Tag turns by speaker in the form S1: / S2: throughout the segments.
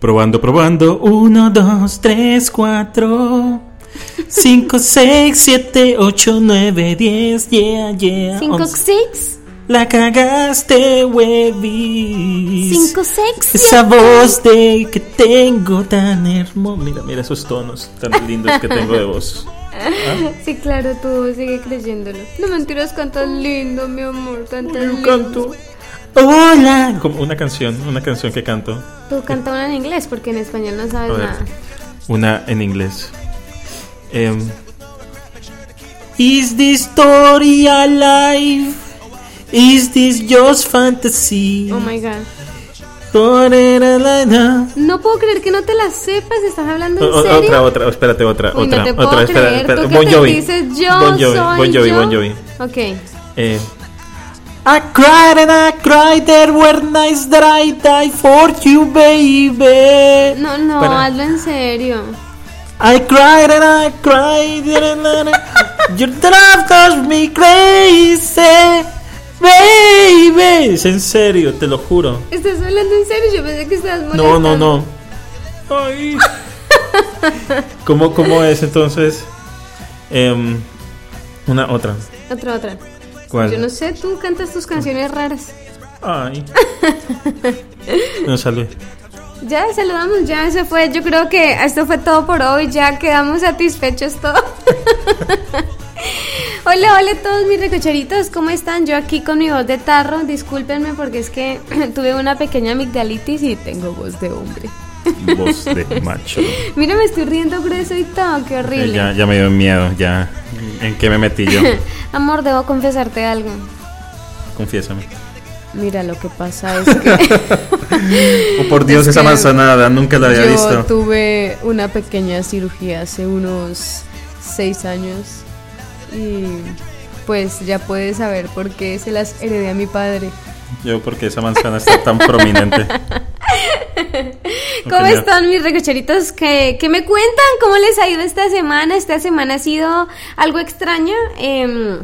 S1: Probando, probando. 1, 2, 3, 4. 5, 6, 7, 8, 9, 10. Yeah, yeah.
S2: 5,
S1: once.
S2: 6.
S1: La cagaste, huevis.
S2: 5, 6.
S1: Esa voz de que tengo tan hermosa. Mira, mira esos tonos tan lindos que tengo de voz.
S2: Sí, claro, tú sigue creyéndolo. No mentiras, cantas lindo, mi amor. Cantas
S1: Yo
S2: lindo.
S1: canto. Hola. Como una canción, una canción que canto.
S2: Tú canta una en inglés porque en español no sabes
S1: A ver.
S2: nada.
S1: Una en inglés. Em, Is this story alive? Is this just fantasy?
S2: Oh my god.
S1: Toreralana.
S2: No puedo creer que no te la sepas. ¿Estás hablando en
S1: O- o-
S2: serio?
S1: Otra, otra, espérate, otra,
S2: Uy,
S1: otra,
S2: no te
S1: otra,
S2: puedo
S1: espera,
S2: creer.
S1: espera.
S2: Tú que
S1: Bon
S2: te
S1: Jovi.
S2: dices yo
S1: Bon Jovi,
S2: soy
S1: Bon Jovi,
S2: yo.
S1: Bon Jovi.
S2: Ok.
S1: Eh, I cried and I cried, there were nights that I died for you, baby.
S2: No, no,
S1: Para-
S2: hazlo en serio.
S1: I cried and I cried, and I- and I- your love does me crazy, baby. Es en serio, te lo juro.
S2: ¿Estás hablando en serio? Yo pensé que estabas molesta.
S1: No, no, no. Ay. ¿Cómo, cómo es entonces? Em, una otra.
S2: Otra, otra.
S1: ¿Cuál?
S2: Yo no sé, tú cantas tus canciones raras.
S1: Ay. No sale.
S2: Ya saludamos, ya se fue. Yo creo que esto fue todo por hoy. Ya quedamos satisfechos todos. hola, hola a todos mis recocheritos. ¿Cómo están? Yo aquí con mi voz de tarro. Discúlpenme porque es que tuve una pequeña amigdalitis y tengo voz de hombre.
S1: Voz de macho.
S2: Mira, me estoy riendo grueso y todo. Qué horrible.
S1: Ya, ya me dio miedo, ya. ¿En qué me metí yo?
S2: Amor, debo confesarte algo.
S1: Confiésame.
S2: Mira, lo que pasa es que...
S1: Oh, por Dios,
S2: Es
S1: esa
S2: que
S1: manzanada, nunca la había
S2: Yo
S1: visto.
S2: tuve una pequeña cirugía hace unos seis años y pues ya puedes saber por qué se las heredé a mi padre.
S1: Yo porque esa manzana está tan prominente.
S2: ¿Cómo
S1: Ok, ya.
S2: están mis recocheritos? ¿Qué, qué me cuentan? ¿Cómo les ha ido esta semana? Esta semana ha sido algo extraña. Em,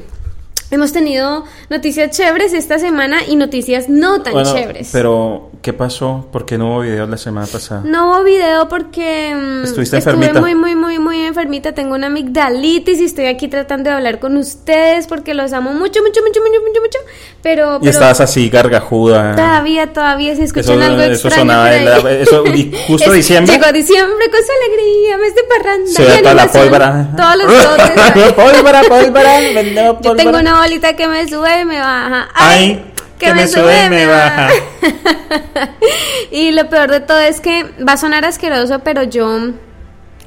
S2: hemos tenido noticias chéveres esta semana y noticias no tan
S1: Bueno,
S2: chéveres.
S1: Pero, ¿qué pasó? ¿Por qué no hubo video la semana pasada?
S2: No hubo video porque mm,
S1: Estuviste
S2: estuve
S1: enfermita.
S2: muy, muy, muy, muy enfermita. Tengo una amigdalitis y estoy aquí tratando de hablar con ustedes porque los amo mucho, mucho, mucho, mucho, mucho, mucho. Pero,
S1: y
S2: pero
S1: estabas así, gargajuda.
S2: todavía, todavía, si escuchan
S1: Eso-
S2: algo
S1: eso
S2: extraño.
S1: sonaba
S2: por
S1: en la-
S2: ahí.
S1: eso, y justo diciembre.
S2: Llegó diciembre, cosa de alegría, mes de parranda.
S1: Se
S2: y
S1: ve toda la
S2: animación,
S1: pólvora.
S2: Todos los dotes.
S1: pólvora, pólvora, vendemos
S2: Yo
S1: pólvora.
S2: tengo una bolita que me sube y me baja.
S1: Ay, que me sube y me baja.
S2: y lo peor de todo es que va a sonar asqueroso, pero yo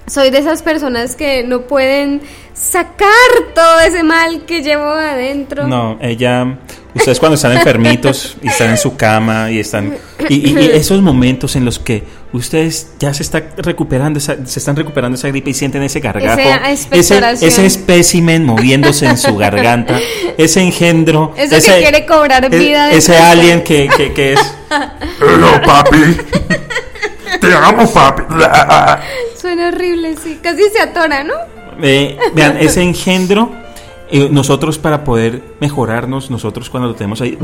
S2: soy de esas personas que no pueden sacar todo ese mal que llevo adentro.
S1: No, ella. Ustedes cuando están enfermitos y están en su cama y están. Y, y- y esos momentos en los que ustedes ya se, está recuperando esa- se están recuperando esa gripe y sienten ese gargajo.
S2: Esa
S1: ese,
S2: expectoración.
S1: ese espécimen moviéndose en su garganta. Ese engendro.
S2: Eso que
S1: ese,
S2: quiere cobrar
S1: e-
S2: vida de
S1: Ese
S2: usted.
S1: alien que, que, que es.
S3: Hello, papi. Te amo, papi.
S2: Suena horrible, sí. Casi se atora, ¿no?
S1: Eh, vean, ese engendro. eh, nosotros para poder mejorarnos, nosotros cuando lo tenemos ahí,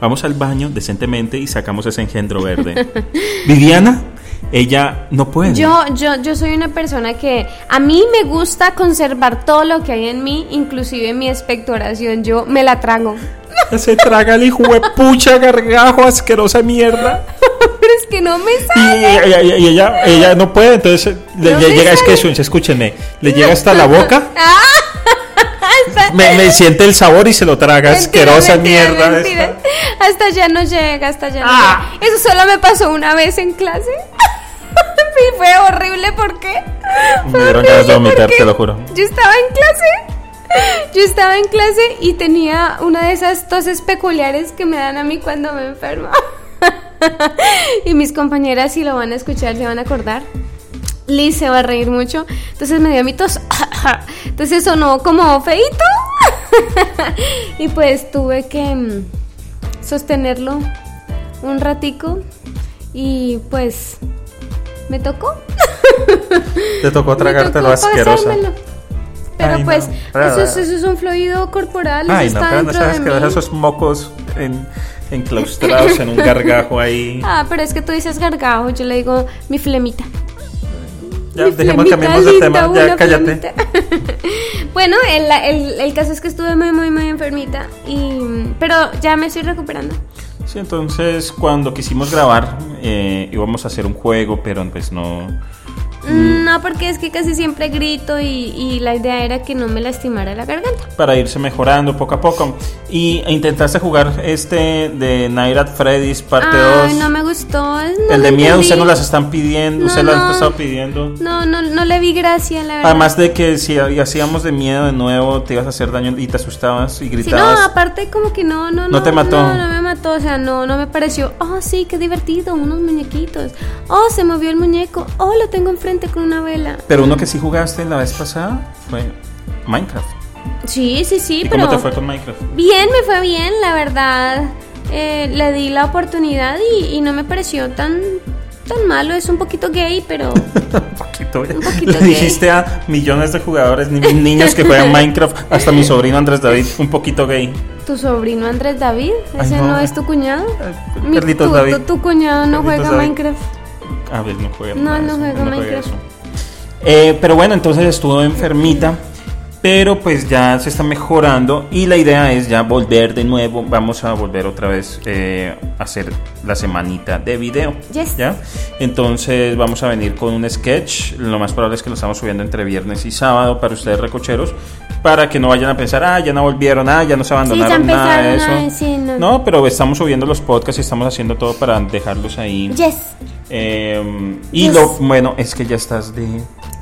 S1: vamos al baño decentemente y sacamos ese engendro verde. Viviana, ella no puede.
S2: Yo, yo, yo soy una persona que a mí me gusta conservar todo lo que hay en mí, inclusive mi expectoración. Yo me la trago.
S1: Se traga el hijo de pucha gargajo, asquerosa mierda.
S2: Pero es que no me
S1: Y,
S2: sale.
S1: ella- y- y ella, ella no puede, entonces le,
S2: No
S1: le
S2: me
S1: llega, es que
S2: sale.
S1: escuchen- escúchenme, le llega hasta la boca.
S2: Ah,
S1: Me, me siente el sabor y se lo traga,
S2: Mentira,
S1: asquerosa
S2: mentira,
S1: mierda.
S2: mentira.
S1: esta.
S2: Hasta ya no llega, hasta ya no
S1: Ah.
S2: llega. Eso solo me pasó una vez en clase. y fue horrible porque.
S1: Me dieron ganas de vomitar, te lo juro.
S2: Yo estaba en clase. Yo estaba en clase y tenía una de esas toses peculiares que me dan a mí cuando me enfermo. y mis compañeras, si lo van a escuchar, se van a acordar. Liz se va a reír mucho. Entonces me dio mi tos. Entonces sonó como feito. y pues tuve que mm, sostenerlo un ratico. Y pues me tocó.
S1: Te tocó tragártelo
S2: Me tocó
S1: asquerosa.
S2: pasármelo. Pero
S1: Ay, no.
S2: pues eso, es, eso es un fluido corporal.
S1: Ay,
S2: eso
S1: no,
S2: está
S1: pero no
S2: dentro
S1: sabes
S2: de
S1: que
S2: mí.
S1: esos mocos en, enclaustrados en un gargajo ahí.
S2: Ah, pero es que tú dices gargajo, yo le digo mi flemita.
S1: Ya,
S2: Mi
S1: dejemos,
S2: flemita
S1: cambiemos de
S2: linda,
S1: tema, ya
S2: una
S1: cállate.
S2: flemita. bueno, el, el- el caso es que estuve muy, muy, muy enfermita. Y, pero ya me estoy recuperando.
S1: Sí, entonces cuando quisimos grabar eh, íbamos a hacer un juego, pero pues no... Mm.
S2: No, porque es que casi siempre grito y, y la idea era que no me lastimara la garganta.
S1: Para irse mejorando poco a poco. Y e intentaste jugar este de Night at Freddy's parte
S2: Ay,
S1: 2.
S2: no me gustó. no
S1: el
S2: lo
S1: de miedo,
S2: entendí.
S1: usted no las están pidiendo,
S2: No,
S1: usted las
S2: no.
S1: ha estado pidiendo.
S2: No, no, no le vi gracia, la verdad.
S1: Además de que si hacíamos de miedo de nuevo, te ibas a hacer daño y te asustabas y
S2: Sí, no,
S1: gritabas.
S2: aparte como que no, no, no.
S1: No te mató.
S2: No, no me mató, o sea, no, no me pareció, oh sí, qué divertido, unos muñequitos. Oh, se movió el muñeco, oh, lo tengo enfrente con una vela.
S1: Pero uno que sí jugaste la vez pasada fue Minecraft.
S2: Sí, sí, sí,
S1: ¿Y
S2: pero...
S1: cómo te fue con Minecraft?
S2: Bien, me fue bien, la verdad. Eh, le di la oportunidad y, y no me pareció tan, tan malo, es un poquito gay, pero...
S1: Un poquito,
S2: Un poquito
S1: Le
S2: gay.
S1: dijiste a millones de jugadores, ni- niños que juegan Minecraft, hasta mi sobrino Andrés David, un poquito gay.
S2: Tu sobrino Andrés David,
S1: Ay,
S2: ese no.
S1: no.
S2: es tu cuñado.
S1: Ay,
S2: Mi-
S1: Carlitos
S2: tu,
S1: David.
S2: Tu, tu cuñado
S1: Carlitos
S2: no juega
S1: David.
S2: Minecraft.
S1: A ver, Ah, no juega.
S2: No,
S1: nada de
S2: no
S1: eso,
S2: juega Minecraft.
S1: eso. Eh, pero bueno, entonces estuvo enfermita. Pero pues ya se está mejorando y la idea es ya volver de nuevo. Vamos a volver otra vez eh, a hacer la semanita de video.
S2: Yes.
S1: ¿ya? Entonces vamos a venir con un sketch. Lo más probable es que lo estamos subiendo entre viernes y sábado para ustedes recocheros. Para que no vayan a pensar, ah, ya no volvieron, ah, ya nos abandonaron, nada de eso.
S2: empezaron, ay, sí, no.
S1: no, pero estamos subiendo los podcasts y estamos haciendo todo para dejarlos ahí.
S2: Yes.
S1: Eh, y
S2: Yes.
S1: lo bueno es que ya estás de,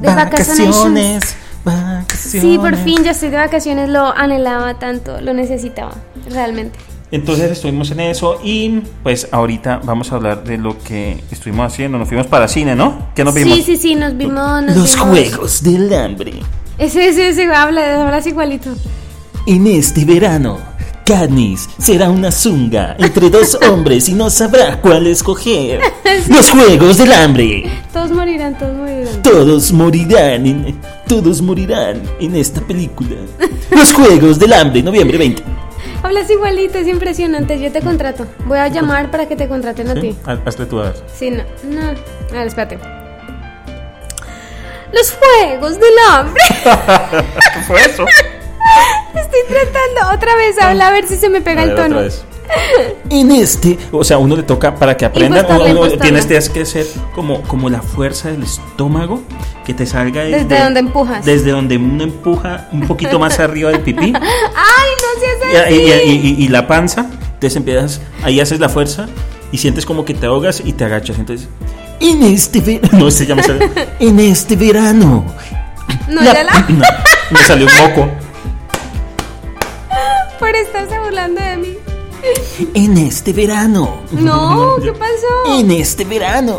S2: vacaciones.
S1: vacaciones.
S2: Sí, por fin, ya estoy de vacaciones, lo anhelaba tanto, lo necesitaba, realmente.
S1: Entonces estuvimos en eso y pues ahorita vamos a hablar de lo que estuvimos haciendo. Nos fuimos para cine, ¿no? ¿Qué nos vimos?
S2: Sí, sí, sí, nos vimos. Nos
S1: Los
S2: vimos.
S1: Juegos del Hambre.
S2: Ese, ese, ese, habla, hablas igualito.
S1: En este verano, Katniss será una zunga entre dos hombres y no sabrá cuál escoger. Los Juegos del Hambre.
S2: Todos morirán, todos morirán.
S1: Todos morirán en, todos morirán en esta película. Los Juegos del Hambre, noviembre 20.
S2: Hablas igualito, es impresionante, yo te contrato. Voy a llamar para que te contraten a ti.
S1: ¿Eh? Ah, Hazle tú a ver.
S2: Sí, no, no. A ver, espérate. Los juegos del hambre.
S1: fue eso?
S2: Estoy tratando. Otra vez
S1: Ah.
S2: habla a ver si se me pega el tono.
S1: En este, o sea, uno le toca para que aprendan,
S2: Impostarla,
S1: uno- uno
S2: impostarla.
S1: tienes, tienes que ser como, como la fuerza del estómago que te salga
S2: Desde donde empujas.
S1: Desde donde uno empuja un poquito más arriba del pipí
S2: Ay, no seas
S1: y,
S2: así.
S1: y- y- y- y la panza. Entonces empiezas, ahí haces la fuerza y sientes como que te ahogas y te agachas. Entonces, en este verano, no, este ya me salió. En este verano.
S2: No, ya la.
S1: No, me salió un moco.
S2: Por estarse burlando de mí.
S1: En este verano.
S2: No, ¿qué pasó?
S1: En este verano.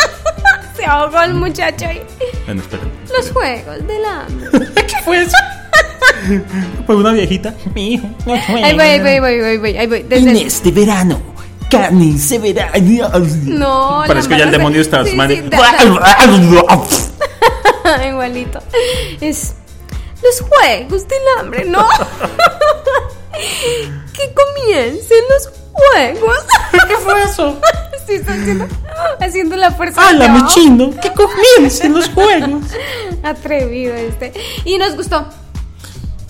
S2: Se ahogó el muchacho ahí.
S1: Bueno, espera.
S2: Los juegos del hambre.
S1: ¿Qué fue eso? Pues una viejita. Mi hijo. no juega.
S2: Ahí voy, ahí voy, ahí voy, ahí voy, ahí voy. Desde el-
S1: este verano. Cani se verá.
S2: No, la
S1: Parece que ya el
S2: embarré.
S1: demonio está.
S2: Sí, sí,
S1: man-
S2: da- da- Igualito. Es los juegos del hambre, ¿no? que comiencen los juegos. ¿Qué fue eso? Sí, está haciendo, haciendo la fuerza.
S1: ¡Hala,
S2: de
S1: mi
S2: abajo.
S1: chino! ¡Que comiencen los juegos!
S2: Atrevido este. Y nos gustó.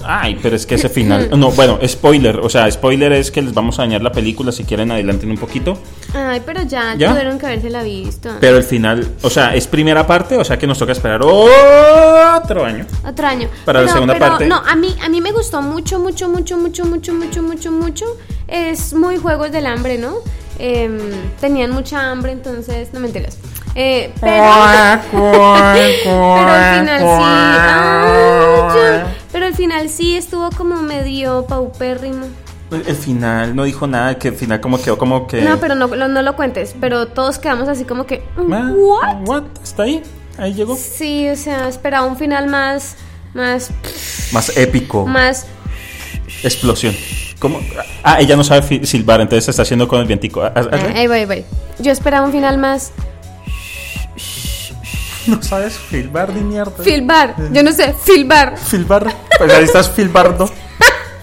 S1: Ay, pero es que ese final. No, bueno, spoiler. O sea, spoiler es que les vamos a dañar la película. Si quieren, adelanten un poquito.
S2: Ay, pero ya,
S1: ¿Ya?
S2: tuvieron que haberse la visto.
S1: Pero el final, o sea, es primera parte. O sea, que nos toca esperar otro año.
S2: Otro año.
S1: Para la
S2: Pero-
S1: segunda
S2: pero,
S1: parte.
S2: No, a mí, a mí me gustó mucho, mucho, mucho, mucho, mucho, mucho, mucho, mucho. Es muy Juegos del Hambre, ¿no? Em, tenían mucha hambre, entonces, no me enteras. pero, pero al final sí. ay, yo- pero al final sí estuvo como medio paupérrimo.
S1: El final no dijo nada, que el final como quedó como que...
S2: No, pero no, lo- no lo cuentes. Pero todos quedamos así como que.
S1: Ah,
S2: ¿What?
S1: what? Hasta ahí, ahí llegó.
S2: Sí, o sea, esperaba un final más. Más.
S1: Más épico,
S2: Más.
S1: explosión. ¿Cómo? Ah, ella no sabe fi- silbar, entonces se está haciendo con el vientico. Ah, ah, ah,
S2: Eh, ahí voy, ahí voy. Yo esperaba un final más. eh.
S1: No sabes silbar ni mierda.
S2: Filbar, yo no sé, filbar.
S1: Filbar, pues ahí estás filbardo.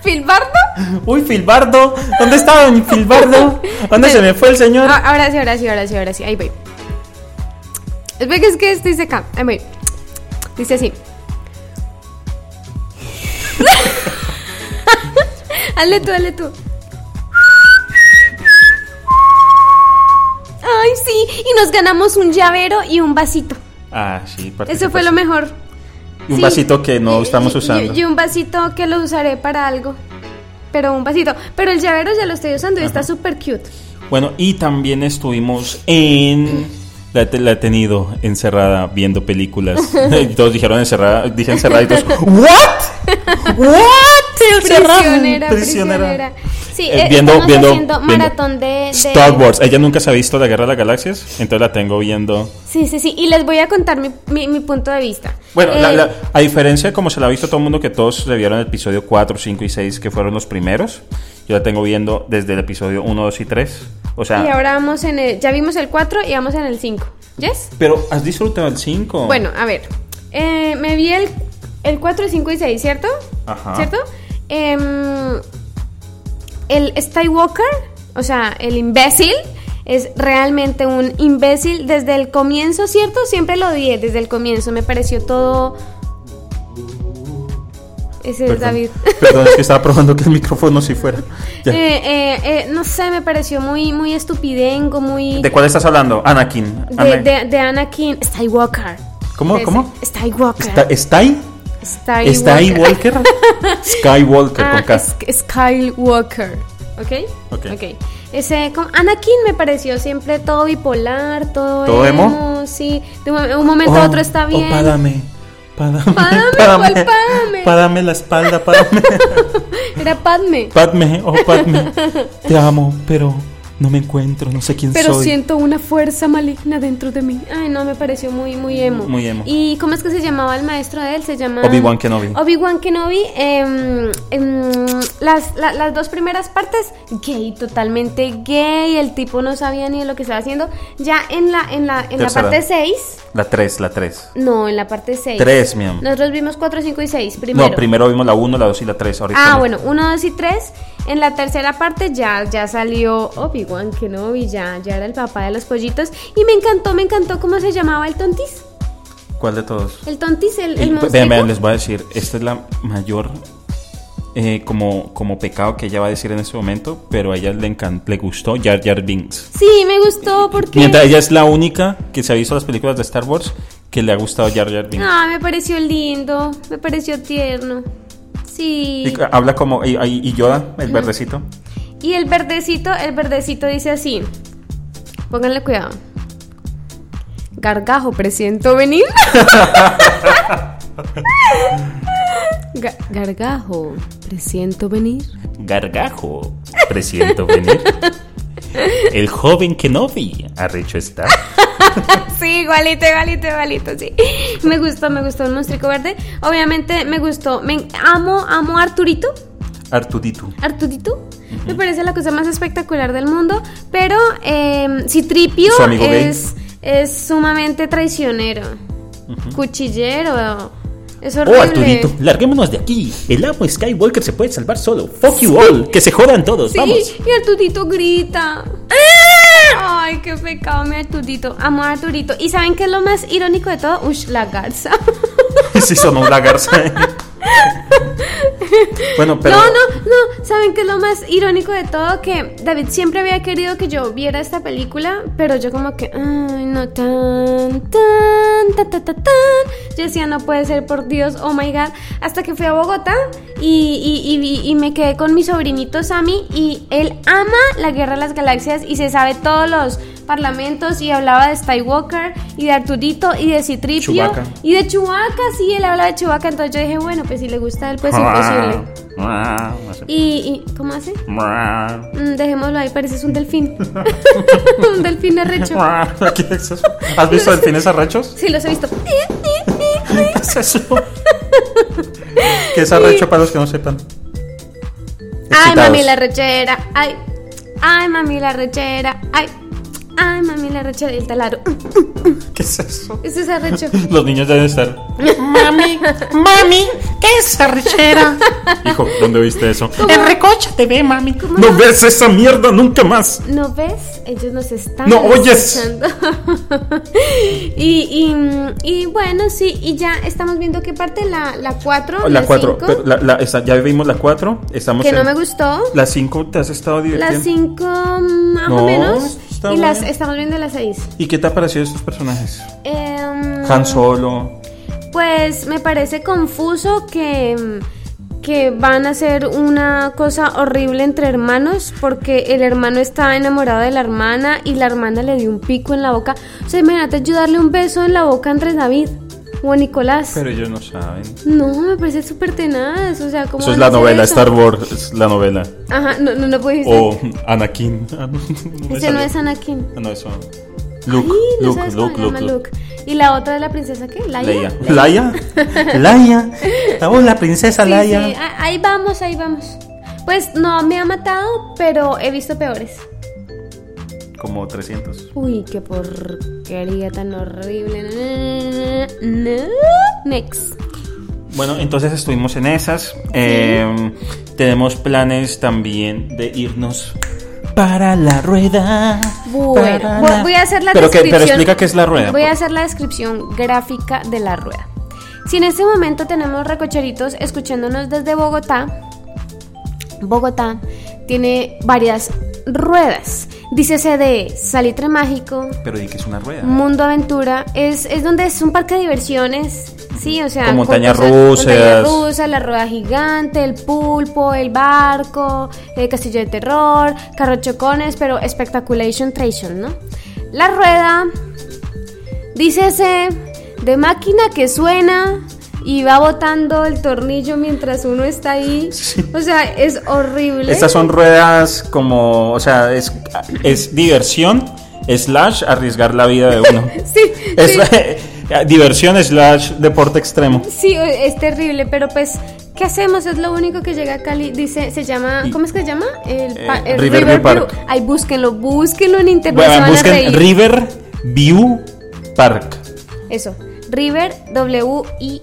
S2: ¿Filbardo?
S4: Uy, Filbardo. ¿Dónde está don Filbardo? ¿Dónde se me fue el señor?
S2: Ah, Ahora sí, ahora sí, ahora sí, ahora sí. Ahí voy. Es porque es que estoy seca. Ahí voy. Dice así. hazle tú, hazle tú. Ay, sí. Y nos ganamos un llavero y un vasito.
S1: Ah, sí,
S2: Eso fue
S1: participación.
S2: lo mejor.
S1: Y un
S2: Sí.
S1: vasito que no
S2: Y-
S1: estamos
S2: y-
S1: usando.
S2: Y, y un vasito que lo usaré para algo. Pero un vasito. Pero el llavero ya lo estoy usando y está súper cute.
S1: Bueno, y también estuvimos en. La, he- la he tenido encerrada viendo películas. Y todos dijeron encerrada, dije encerrada y todos.
S4: ¿What? ¿What?
S2: Prisionera, prisionera. Sí,
S1: Eh,
S2: eh,
S1: viendo-
S2: estamos
S1: viendo-
S2: haciendo
S1: viendo
S2: maratón de, de-
S1: Star Wars. Ella nunca se ha visto La Guerra de las Galaxias, entonces la tengo viendo.
S2: Sí, sí, sí. Y les voy a contar mi, mi- mi punto de vista.
S1: Bueno, la-
S2: Eh,
S1: la- a diferencia de como se la ha visto todo el mundo, que todos se vieron el episodio 4, 5 y 6, que fueron los primeros, yo la tengo viendo desde el episodio 1, 2 y 3. O sea,
S2: Y ahora vamos en el. Ya vimos el 4 y vamos en el 5. ¿Yes?
S1: pero has disfrutado el 5.
S2: Bueno, a ver. eh, me vi el, el 4, 5 y 6, ¿cierto?
S1: Ajá.
S2: ¿Cierto? Em, el Skywalker, o sea, el imbécil, es realmente un imbécil desde el comienzo, ¿cierto? Siempre lo odié desde el comienzo. Me pareció todo. Ese es
S1: Perdón.
S2: David.
S1: Perdón, es que estaba probando que el micrófono sí fuera. Ya.
S2: Eh, eh, eh, no sé, me pareció muy, muy estupidengo, muy.
S1: ¿De cuál estás hablando? Anakin.
S2: de,
S1: Ana-
S2: de, de Anakin Skywalker.
S1: ¿Cómo?
S2: Es-
S1: ¿Cómo?
S2: Skywalker.
S1: ¿Está, está ahí?
S2: Skywalker.
S1: ¿Está ahí Walker? Skywalker
S2: Ah,
S1: con K.
S2: es- Skywalker. ¿Ok?
S1: Ok.
S2: Ese, como- Anakin me pareció siempre todo bipolar, todo.
S1: ¿Todo emo?
S2: Sí. De un, un momento a otro está bien.
S1: Oh, pádame. Pádame.
S2: Pádame, ¿cuál pádame?
S1: Pádame la espalda, pádame.
S2: Era Padme.
S1: Padme, oh Padme, te amo, pero no me encuentro, no sé quién
S2: Pero
S1: soy.
S2: siento una fuerza maligna dentro de mí. Ay, no, me pareció muy, muy emo.
S1: Muy emo.
S2: ¿Y cómo es que se llamaba el maestro de él? Se llama...
S1: Obi-Wan Kenobi.
S2: Obi-Wan Kenobi. em, em, las, la- las dos primeras partes, gay, totalmente gay. El tipo no sabía ni de lo que estaba haciendo. Ya en la, en la, en la
S1: Tercera.
S2: parte 6...
S1: La 3, la 3.
S2: No, en la parte 6.
S1: 3, mi amor.
S2: Nosotros vimos 4, 5 y 6 primero.
S1: No, primero vimos la 1, la 2 y la 3. Ahorita
S2: Ah,
S1: no.
S2: bueno, 1, 2 y 3. En la tercera parte ya, ya salió Obi-Wan Kenobi, ya, ya era el papá de los pollitos. Y me encantó, me encantó cómo se llamaba el tontis.
S1: ¿Cuál de todos?
S2: El tontis, el, el
S1: Y- pues,
S2: monstruo.
S1: vean, vean, les voy a decir, esta es la mayor eh, como, como pecado que ella va a decir en este momento, pero a ella le, encan- le gustó Jar Jar Binks.
S2: Sí, me gustó porque...
S1: Mientras ella es la única que se ha visto las películas de Star Wars que le ha gustado Jar Jar Binks.
S2: Ah, me pareció lindo, me pareció tierno. Sí.
S1: Y ah, habla como y, y Yoda, el verdecito.
S2: Y el verdecito, el verdecito dice así. Pónganle cuidado. Gargajo, presiento venir. Ga- gargajo, presiento venir.
S1: Gargajo, presiento venir. El joven Kenobi, arrecho está.
S2: Sí, igualito, igualito, igualito, sí. Me gustó, me gustó el monstruo verde. Obviamente me gustó. Me amo, amo a Arturito.
S1: Artudito.
S2: Arturito. Me parece la cosa más espectacular del mundo. Pero eh, Citripio
S1: Su amigo gay.
S2: es, es sumamente traicionero. Cuchillero. Es horrible.
S1: Oh, Artudito, larguémonos de aquí. El amo Skywalker se puede salvar solo. Fuck you all, que se jodan todos,
S2: Sí,
S1: vamos. ¡Eh!
S2: y Arturito grita. Ay, qué pecado, mi Arturito. Amo a Arturito. ¿Y saben qué es lo más irónico de todo? Ush, la garza.
S1: Sí, son una garza. bueno, pero.
S2: No, no, no. ¿Saben qué es lo más irónico de todo? Que David siempre había querido que yo viera esta película, pero yo como que, ay, no tan, tan, tan, tan, tan, tan. Yo decía, no puede ser, por Dios, oh my God. Hasta que fui a Bogotá y, y, y- y- y me quedé con mi sobrinito Sammy y él ama la Guerra de las Galaxias y se sabe todos los parlamentos y hablaba de Skywalker y de Arturito y de Citripio
S1: Chewbacca.
S2: y de Chewbacca, sí, él hablaba de Chewbacca, entonces yo dije, bueno, pues si le gusta a él, pues imposible.
S3: Ah.
S2: Y, y- ¿cómo hace? Mm, Dejémoslo ahí, pareces un delfín. un delfín arrecho.
S1: Ah, ¿Qué es eso? ¿Has visto delfines arrechos?
S2: Sí, los he visto.
S1: ¿Qué es eso? ¿Qué es arrecho para los que no sepan?
S2: Ay,
S1: Excitados.
S2: mami la rechera. Ay, ay, mami la rechera. Ay, Ay, mami, la recha del taladro.
S1: ¿Qué es eso?
S2: Eso es arrecho.
S1: Los niños deben estar.
S4: Mami, mami, ¿qué es esa rechera?
S1: Hijo, ¿dónde viste eso?
S4: El recocha te ve, mami.
S1: No ves esa mierda nunca más.
S2: ¿No ves? Ellos nos están
S1: No oyes.
S2: escuchando. y, y, mm, y bueno, sí, y ya estamos viendo qué parte, la, la 4,
S1: La 4. La, la- esa- ya vimos la 4. Estamos
S2: que
S1: en-
S2: no me gustó.
S1: La 5 te has estado divirtiendo.
S2: La 5 más
S1: No,
S2: o menos.
S1: está
S2: Y las
S1: bueno.
S2: estamos viendo las 6.
S1: ¿Y qué te ha parecido estos personajes?
S2: Eh,
S1: Han Solo.
S2: Pues me parece confuso que, que van a hacer una cosa horrible entre hermanos porque el hermano está enamorado de la hermana y la hermana le dio un pico en la boca. O sea, imagínate yo darle un beso en la boca a Andrés David o a Nicolás.
S1: Pero ellos no saben.
S2: No, me parece súper tenaz. O sea, como.
S1: Eso es la novela, Star Wars Oh, es la novela.
S2: Ajá, no, no lo puedes decir.
S1: O Anakin. Ah, no, no me
S2: Ese
S1: salió.
S2: no es Anakin.
S1: Ah, No, eso. Luke,
S2: Ay, no
S1: Luke,
S2: sabes cómo
S1: Luke,
S2: se
S1: Luke,
S2: llama
S1: Luke.
S2: Luke. ¿Y la otra es la princesa qué? ¿Laia?
S1: Leia. ¿Laia? ¿Laia? La voz, la princesa
S2: Sí,
S1: Laia.
S2: sí, a- ahí vamos, ahí vamos. Pues no me ha matado, pero he visto peores.
S1: Como 300.
S2: Uy, qué porquería tan horrible. Mm, No. Next.
S1: Bueno, entonces estuvimos en esas. Eh, tenemos planes también de irnos para la rueda.
S2: Bueno, vo- voy a hacer la
S1: Pero que- pero
S2: descripción.
S1: explica qué es la rueda, pues.
S2: Voy a
S1: por-
S2: hacer la descripción gráfica de la rueda. Si en este momento tenemos recocheritos escuchándonos desde Bogotá, Bogotá tiene varias ruedas. Dícese de E, Salitre Mágico,
S1: Pero di que es una rueda.
S2: Mundo Aventura es, es donde es un parque de diversiones, sí, o sea,
S1: Con montañas
S2: cosas- montañas
S1: rusas.
S2: rusas, la rueda gigante, el pulpo, el barco, el castillo de terror, carro de chocones, pero Spectaculation Tration, ¿no? La rueda, dícese, de máquina que suena y va botando el tornillo mientras uno está ahí, o sea, es horrible.
S1: Estas son ruedas como, o sea, es, es diversión, slash, arriesgar la vida de uno.
S2: Sí,
S1: Es
S2: sí.
S1: diversión, slash, deporte extremo.
S2: Sí, es terrible, pero pues, ¿qué hacemos? Es lo único que llega a Cali. Dice, se llama,
S1: Y-
S2: ¿cómo es que se llama? El,
S1: Eh,
S2: pa- el
S1: Riverview
S2: Riverview.
S1: Park.
S2: Ay, búsquenlo, búsquenlo en internet. pues,
S1: Bueno,
S2: se van a
S1: busquen
S2: reír.
S1: River View Park.
S2: Eso, River W I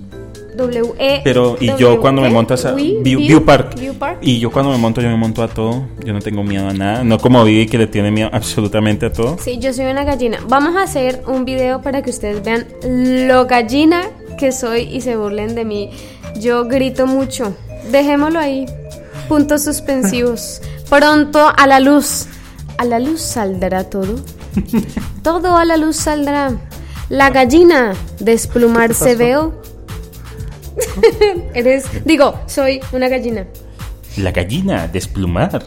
S2: W E.
S1: Pero, y yo cuando me monto a esa- View, View Park.
S2: View Park.
S1: Y yo cuando me monto, yo me monto a todo. Yo no tengo miedo a nada. No como Vivi que le tiene miedo absolutamente a todo.
S2: Sí, yo soy una gallina. Vamos a hacer un video para que ustedes vean lo gallina que soy y se burlen de mí. Yo grito mucho. Dejémoslo ahí. Puntos suspensivos. Pronto a la luz. A la luz saldrá todo. Todo a la luz saldrá. La gallina desplumarse veo. Eres, digo, soy una gallina.
S1: La gallina, desplumar.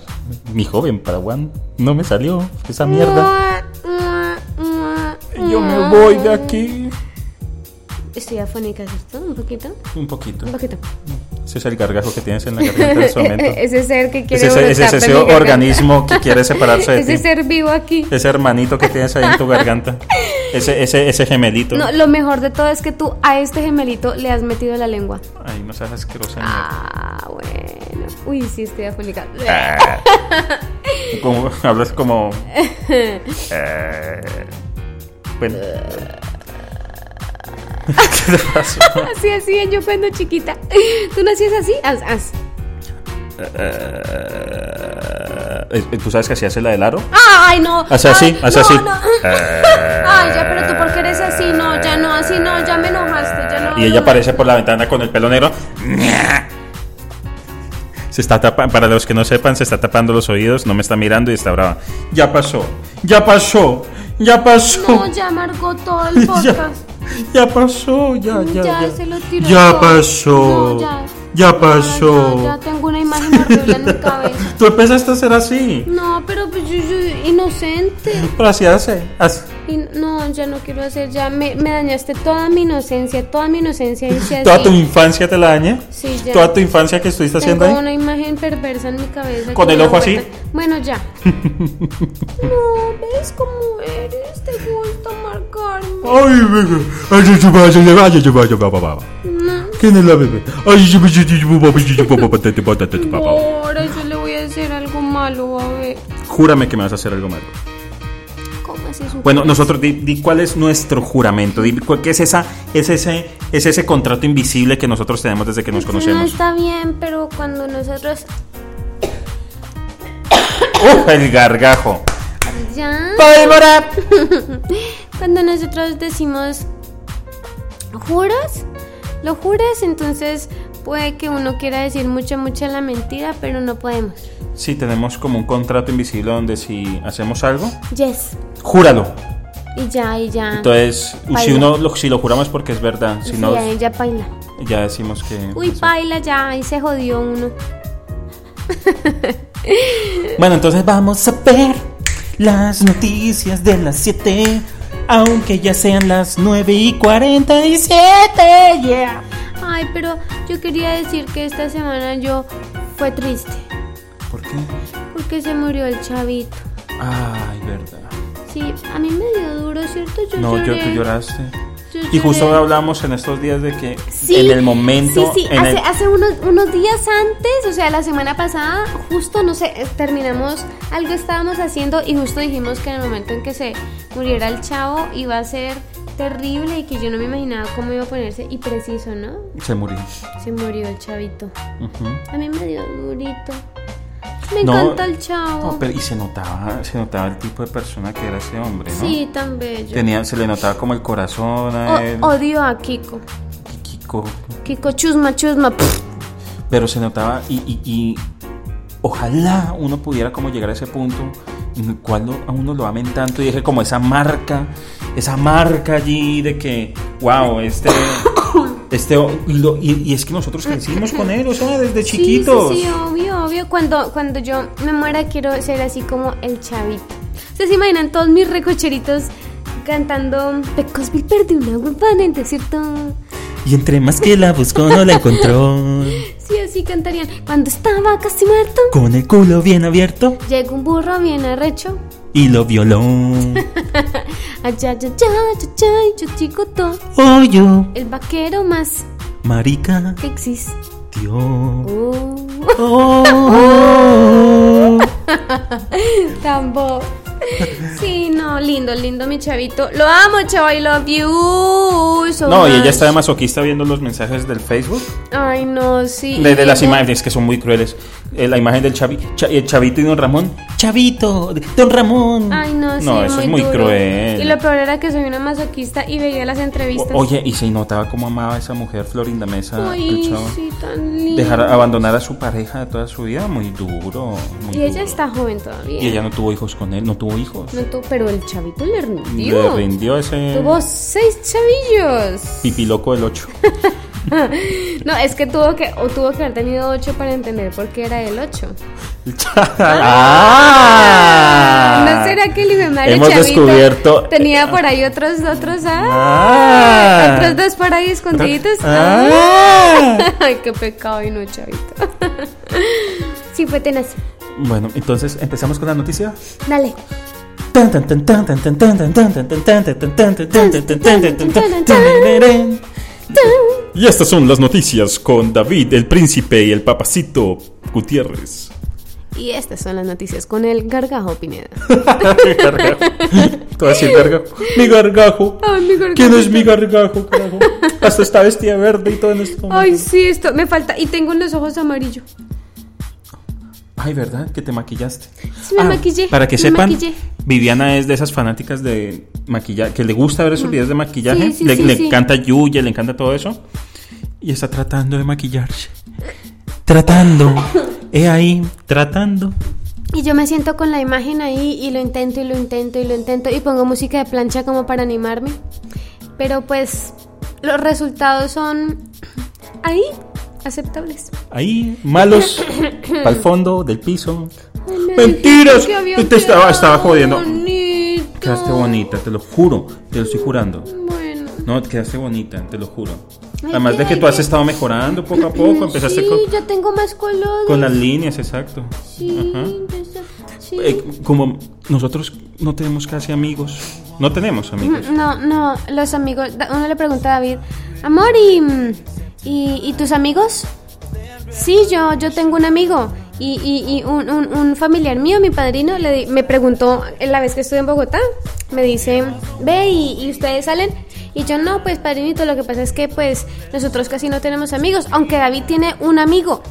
S1: Mi joven paraguán. No me salió. Esa
S2: Ah.
S1: mierda. Yo me voy de aquí.
S2: Estoy afónica, ¿cierto? Un poquito.
S1: Un poquito.
S2: Un poquito.
S1: Ese es el gargajo que tienes en la garganta en este momento.
S2: ese ser que quiere
S1: Ese, ese- ese-
S2: brotar
S1: ese
S2: de mi garganta.
S1: organismo que quiere separarse de
S2: Ese
S1: ti.
S2: ser vivo aquí.
S1: Ese hermanito que tienes ahí en tu garganta. Ese, ese, ese gemelito.
S2: No, lo mejor de todo es que tú a este gemelito le has metido la lengua.
S1: Ay, no seas asquerosa.
S2: Ah, bueno. Uy, sí, estoy afónica.
S1: Ah. Como- hablas como. eh, bueno. ¿Qué te pasó?
S2: Así, así, yo cuando chiquita. ¿Tú nacías así? Haz, haz.
S1: Eh, ¿Tú sabes que así hace la del aro?
S2: Ay, no.
S1: Hace así,
S2: Ay,
S1: hace
S2: no,
S1: así. Ah.
S2: no. Ay, ya, pero tú por qué eres así, no, ya no, así no, ya me enojaste, ya no.
S1: Y ella aparece por la ventana con el pelo negro. Se está tapando, para los que no sepan, se está tapando los oídos, no me está mirando y está brava. Ya pasó, ya pasó, ya pasó.
S2: No, ya amargó todo el
S1: ya,
S2: podcast.
S1: ya pasó, ya, ya.
S2: Ya,
S1: ya.
S2: se lo tiró.
S1: Ya
S2: todo.
S1: pasó.
S2: No, ya.
S1: Ya
S2: No,
S1: pasó.
S2: ya, ya tengo una imagen horrible en mi cabeza.
S1: Tú empezaste a ser así.
S2: No, pero pues yo soy inocente.
S1: Pero así hace. así-
S2: Y no, ya no quiero hacer, ya me, me dañaste toda mi inocencia, toda mi inocencia. hice así.
S1: Toda tu infancia te la dañé.
S2: Sí, ya.
S1: Toda tu infancia que estuviste haciendo
S2: Tengo
S1: ahí.
S2: una imagen perversa en mi cabeza.
S1: ¿Con
S2: que
S1: el
S2: me
S1: ojo así?
S2: vuelve- Bueno, ya. no, ¿ves cómo eres? Te gusta marcarme.
S3: Ay, bebé. Ay, yo, yo, yo, yo, yo, yo, yo, yo, yo, yo, yo.
S2: No.
S3: ¿Quién es la bebé? Ay, yo, yo, yo, yo, yo, yo, yo, yo, yo, yo, yo, yo, yo, yo, yo.
S2: Ahora yo le voy a hacer algo malo, a ver.
S1: Júrame que me vas a hacer algo malo.
S2: ¿Cómo así?
S1: Bueno, nosotros, di, di cuál es nuestro juramento, di cuál- qué es, esa, es, ese, es ese contrato invisible que nosotros tenemos desde que nos
S2: Eso No
S1: conocemos.
S2: está bien, pero cuando nosotros
S1: ¡Uf! El gargajo.
S2: ya
S4: ¡Pólvora!
S2: cuando nosotros decimos juras, lo juras, entonces puede que uno quiera decir mucha mucha la mentira, pero no podemos.
S1: Sí, tenemos como un contrato invisible donde si hacemos algo,
S2: Yes.
S1: júralo.
S2: Ah. Y ya, y ya.
S1: Entonces, si
S2: Baila.
S1: uno lo, si lo juramos porque es verdad,
S2: y
S1: si no,
S2: ya, ya paila.
S1: ya decimos que...
S2: Uy, paila ya, ahí se jodió uno.
S1: Bueno, entonces vamos a ver.
S4: Las noticias de las 7, aunque ya sean las 9 y 47, yeah.
S2: Ay, pero yo quería decir que esta semana yo fue triste
S1: ¿Por qué?
S2: porque se murió el chavito.
S1: Ay, verdad.
S2: Sí, a mí me dio duro, ¿cierto? Yo
S1: No, yo,
S2: lloré.
S1: tú lloraste.
S2: Yo
S1: Y justo
S2: lloré.
S1: hablamos en estos días de que
S2: Sí,
S1: en el momento...
S2: Sí, sí,
S1: en
S2: hace,
S1: el-
S2: hace unos, unos días antes, o sea, la semana pasada, justo, no sé, eh, terminamos, algo estábamos haciendo y justo dijimos que en el momento en que se muriera el chavo iba a ser terrible y que yo no me imaginaba cómo iba a ponerse y preciso, ¿no?
S1: Se murió.
S2: Se murió el chavito.
S1: Ujú.
S2: A mí me dio durito. Me
S1: No,
S2: encanta el chavo.
S1: No, pero- y se notaba, se notaba el tipo de persona que era ese hombre, ¿no?
S2: Sí, tan bello.
S1: Tenía, se le notaba como el corazón a él.
S2: O- odio a Kiko.
S1: Kiko.
S2: Kiko chusma, chusma. pff.
S1: Pero se notaba y, y- y ojalá uno pudiera como llegar a ese punto en el cual lo- a uno lo amen tanto y deje como esa marca, esa marca allí de que, wow, este... Este, y, lo- y- y es que nosotros crecimos con él, o sea, desde
S2: Sí,
S1: chiquitos.
S2: Sí, sí, obvio, obvio. Cuando, cuando yo me muera quiero ser así como el chavito. ¿Ustedes se imaginan todos mis recocheritos cantando Pecos Bill perdió una huevoneta, ¿no cierto?
S4: Y entre más que la buscó, no la encontró.
S2: Sí, así cantarían. Cuando estaba casi muerto,
S4: Con el culo bien abierto
S2: llegó un burro bien arrecho.
S4: y lo violó.
S2: Allá, allá, allá, yo chico todo.
S4: Oyo,
S2: El vaquero más
S4: marica,
S2: que existe.
S4: tío.
S2: Oh,
S4: Oh.
S2: tambo. Sí, no, lindo, lindo mi chavito. Lo amo, chavo, I love you. so
S1: No, y ella
S2: much.
S1: está de masoquista viendo los mensajes del Facebook,
S2: Ay, no, sí.
S1: de, de las imágenes que son muy crueles. Eh, la imagen del chavi- cha- el chavito y don Ramón.
S4: Chavito, don Ramón.
S2: Ay, no, sí,
S1: No, eso es muy
S2: duro.
S1: cruel.
S2: Y lo peor era que soy una masoquista y veía las entrevistas.
S1: O- oye, y se notaba cómo amaba a esa mujer, Florinda Mesa. el
S2: Ay,
S1: chavo.
S2: sí, tan lindo.
S1: Dejar abandonar a su pareja de toda su vida, muy duro. muy
S2: Y ella
S1: duro.
S2: está joven todavía.
S1: Y ella no tuvo hijos con él, no tuvo hijos.
S2: No tuvo- pero el chavito le
S1: Le
S2: rindió.
S1: rindió ese
S2: Tuvo seis chavillos.
S1: pipiloco del 8.
S2: No, es que tuvo que, o tuvo que haber tenido ocho para entender por qué era el ocho.
S1: ¡Ah!
S2: ¿No será que el hijo de madre
S1: Hemos
S2: chavito
S1: descubierto-
S2: tenía por ahí otros, otros, ah,
S1: Ah.
S2: otros dos por ahí escondiditos?
S1: Ah.
S2: Ay, qué pecado y no, chavito. sí, fue tenaz.
S1: Bueno, entonces empezamos con la noticia.
S2: Dale.
S4: Tan, tan, tan, tan, tan, tan, tan, tan, tan, tan, tan, tan, tan, tan, tan, tan, tan, tan, tan, tan, tan, tan.
S1: Y estas son las noticias con David, el príncipe y el papacito Gutiérrez.
S2: Y estas son las noticias con el gargajo Pineda.
S1: Todo así, gargajo. Mi gargajo.
S2: Ay, mi gargajo.
S1: ¿Quién es mi gargajo, carajo? Hasta está vestida de verde y todo en este esto.
S2: Ay, sí, esto me falta. Y tengo los ojos amarillos.
S1: Ay, ¿verdad? Que te maquillaste.
S2: Sí, me maquillé.
S1: Ah, Para que
S2: me
S1: sepan,
S2: maquillé.
S1: Viviana es de esas fanáticas de maquillaje, que le gusta ver sus videos de maquillaje.
S2: Ah. Sí, sí,
S1: le
S2: sí,
S1: le
S2: sí.
S1: encanta Yuya, le encanta todo eso. Y está tratando de maquillarse.
S4: Tratando. He ahí, tratando.
S2: Y yo me siento con la imagen ahí y lo intento y lo intento y lo intento y pongo música de plancha como para animarme. Pero pues los resultados son ahí, aceptables.
S1: Ahí, malos, al fondo, del piso.
S2: Ay,
S1: ¡Mentiras!
S2: que había
S1: Te estaba- estaba
S2: quedado
S1: jodiendo.
S2: bonito.
S1: Quedaste bonita, te lo juro. Te lo estoy jurando.
S2: Bueno.
S1: No, te quedaste bonita, te lo juro.
S2: Ay,
S1: Además de
S2: qué
S1: que tú has
S2: aire.
S1: estado mejorando poco a poco. Empezaste
S2: sí,
S1: con,
S2: ya tengo más colores.
S1: con las líneas, exacto.
S2: Sí,
S1: Ajá.
S2: ya sé, sí.
S1: Eh, como nosotros no tenemos casi amigos. No tenemos amigos.
S2: No, no, los amigos. da- Uno le pregunta a David, amor, ¿y, y, y tus amigos? Sí, yo, yo tengo un amigo. Y, y- y un, un- un familiar mío, mi padrino, le di- me preguntó la vez que estuve en Bogotá, me dicen, ve y, y ustedes salen. Y yo, no, pues padrinito, lo que pasa es que pues nosotros casi no tenemos amigos, aunque David tiene un amigo.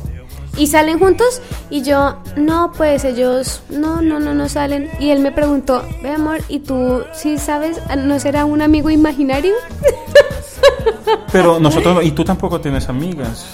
S2: Y salen juntos y yo, no, pues ellos, no, no, no, no salen. Y él me preguntó, ve amor, ¿y tú sí sabes, no será un amigo imaginario?
S1: Pero nosotros, no- y tú tampoco tienes amigas.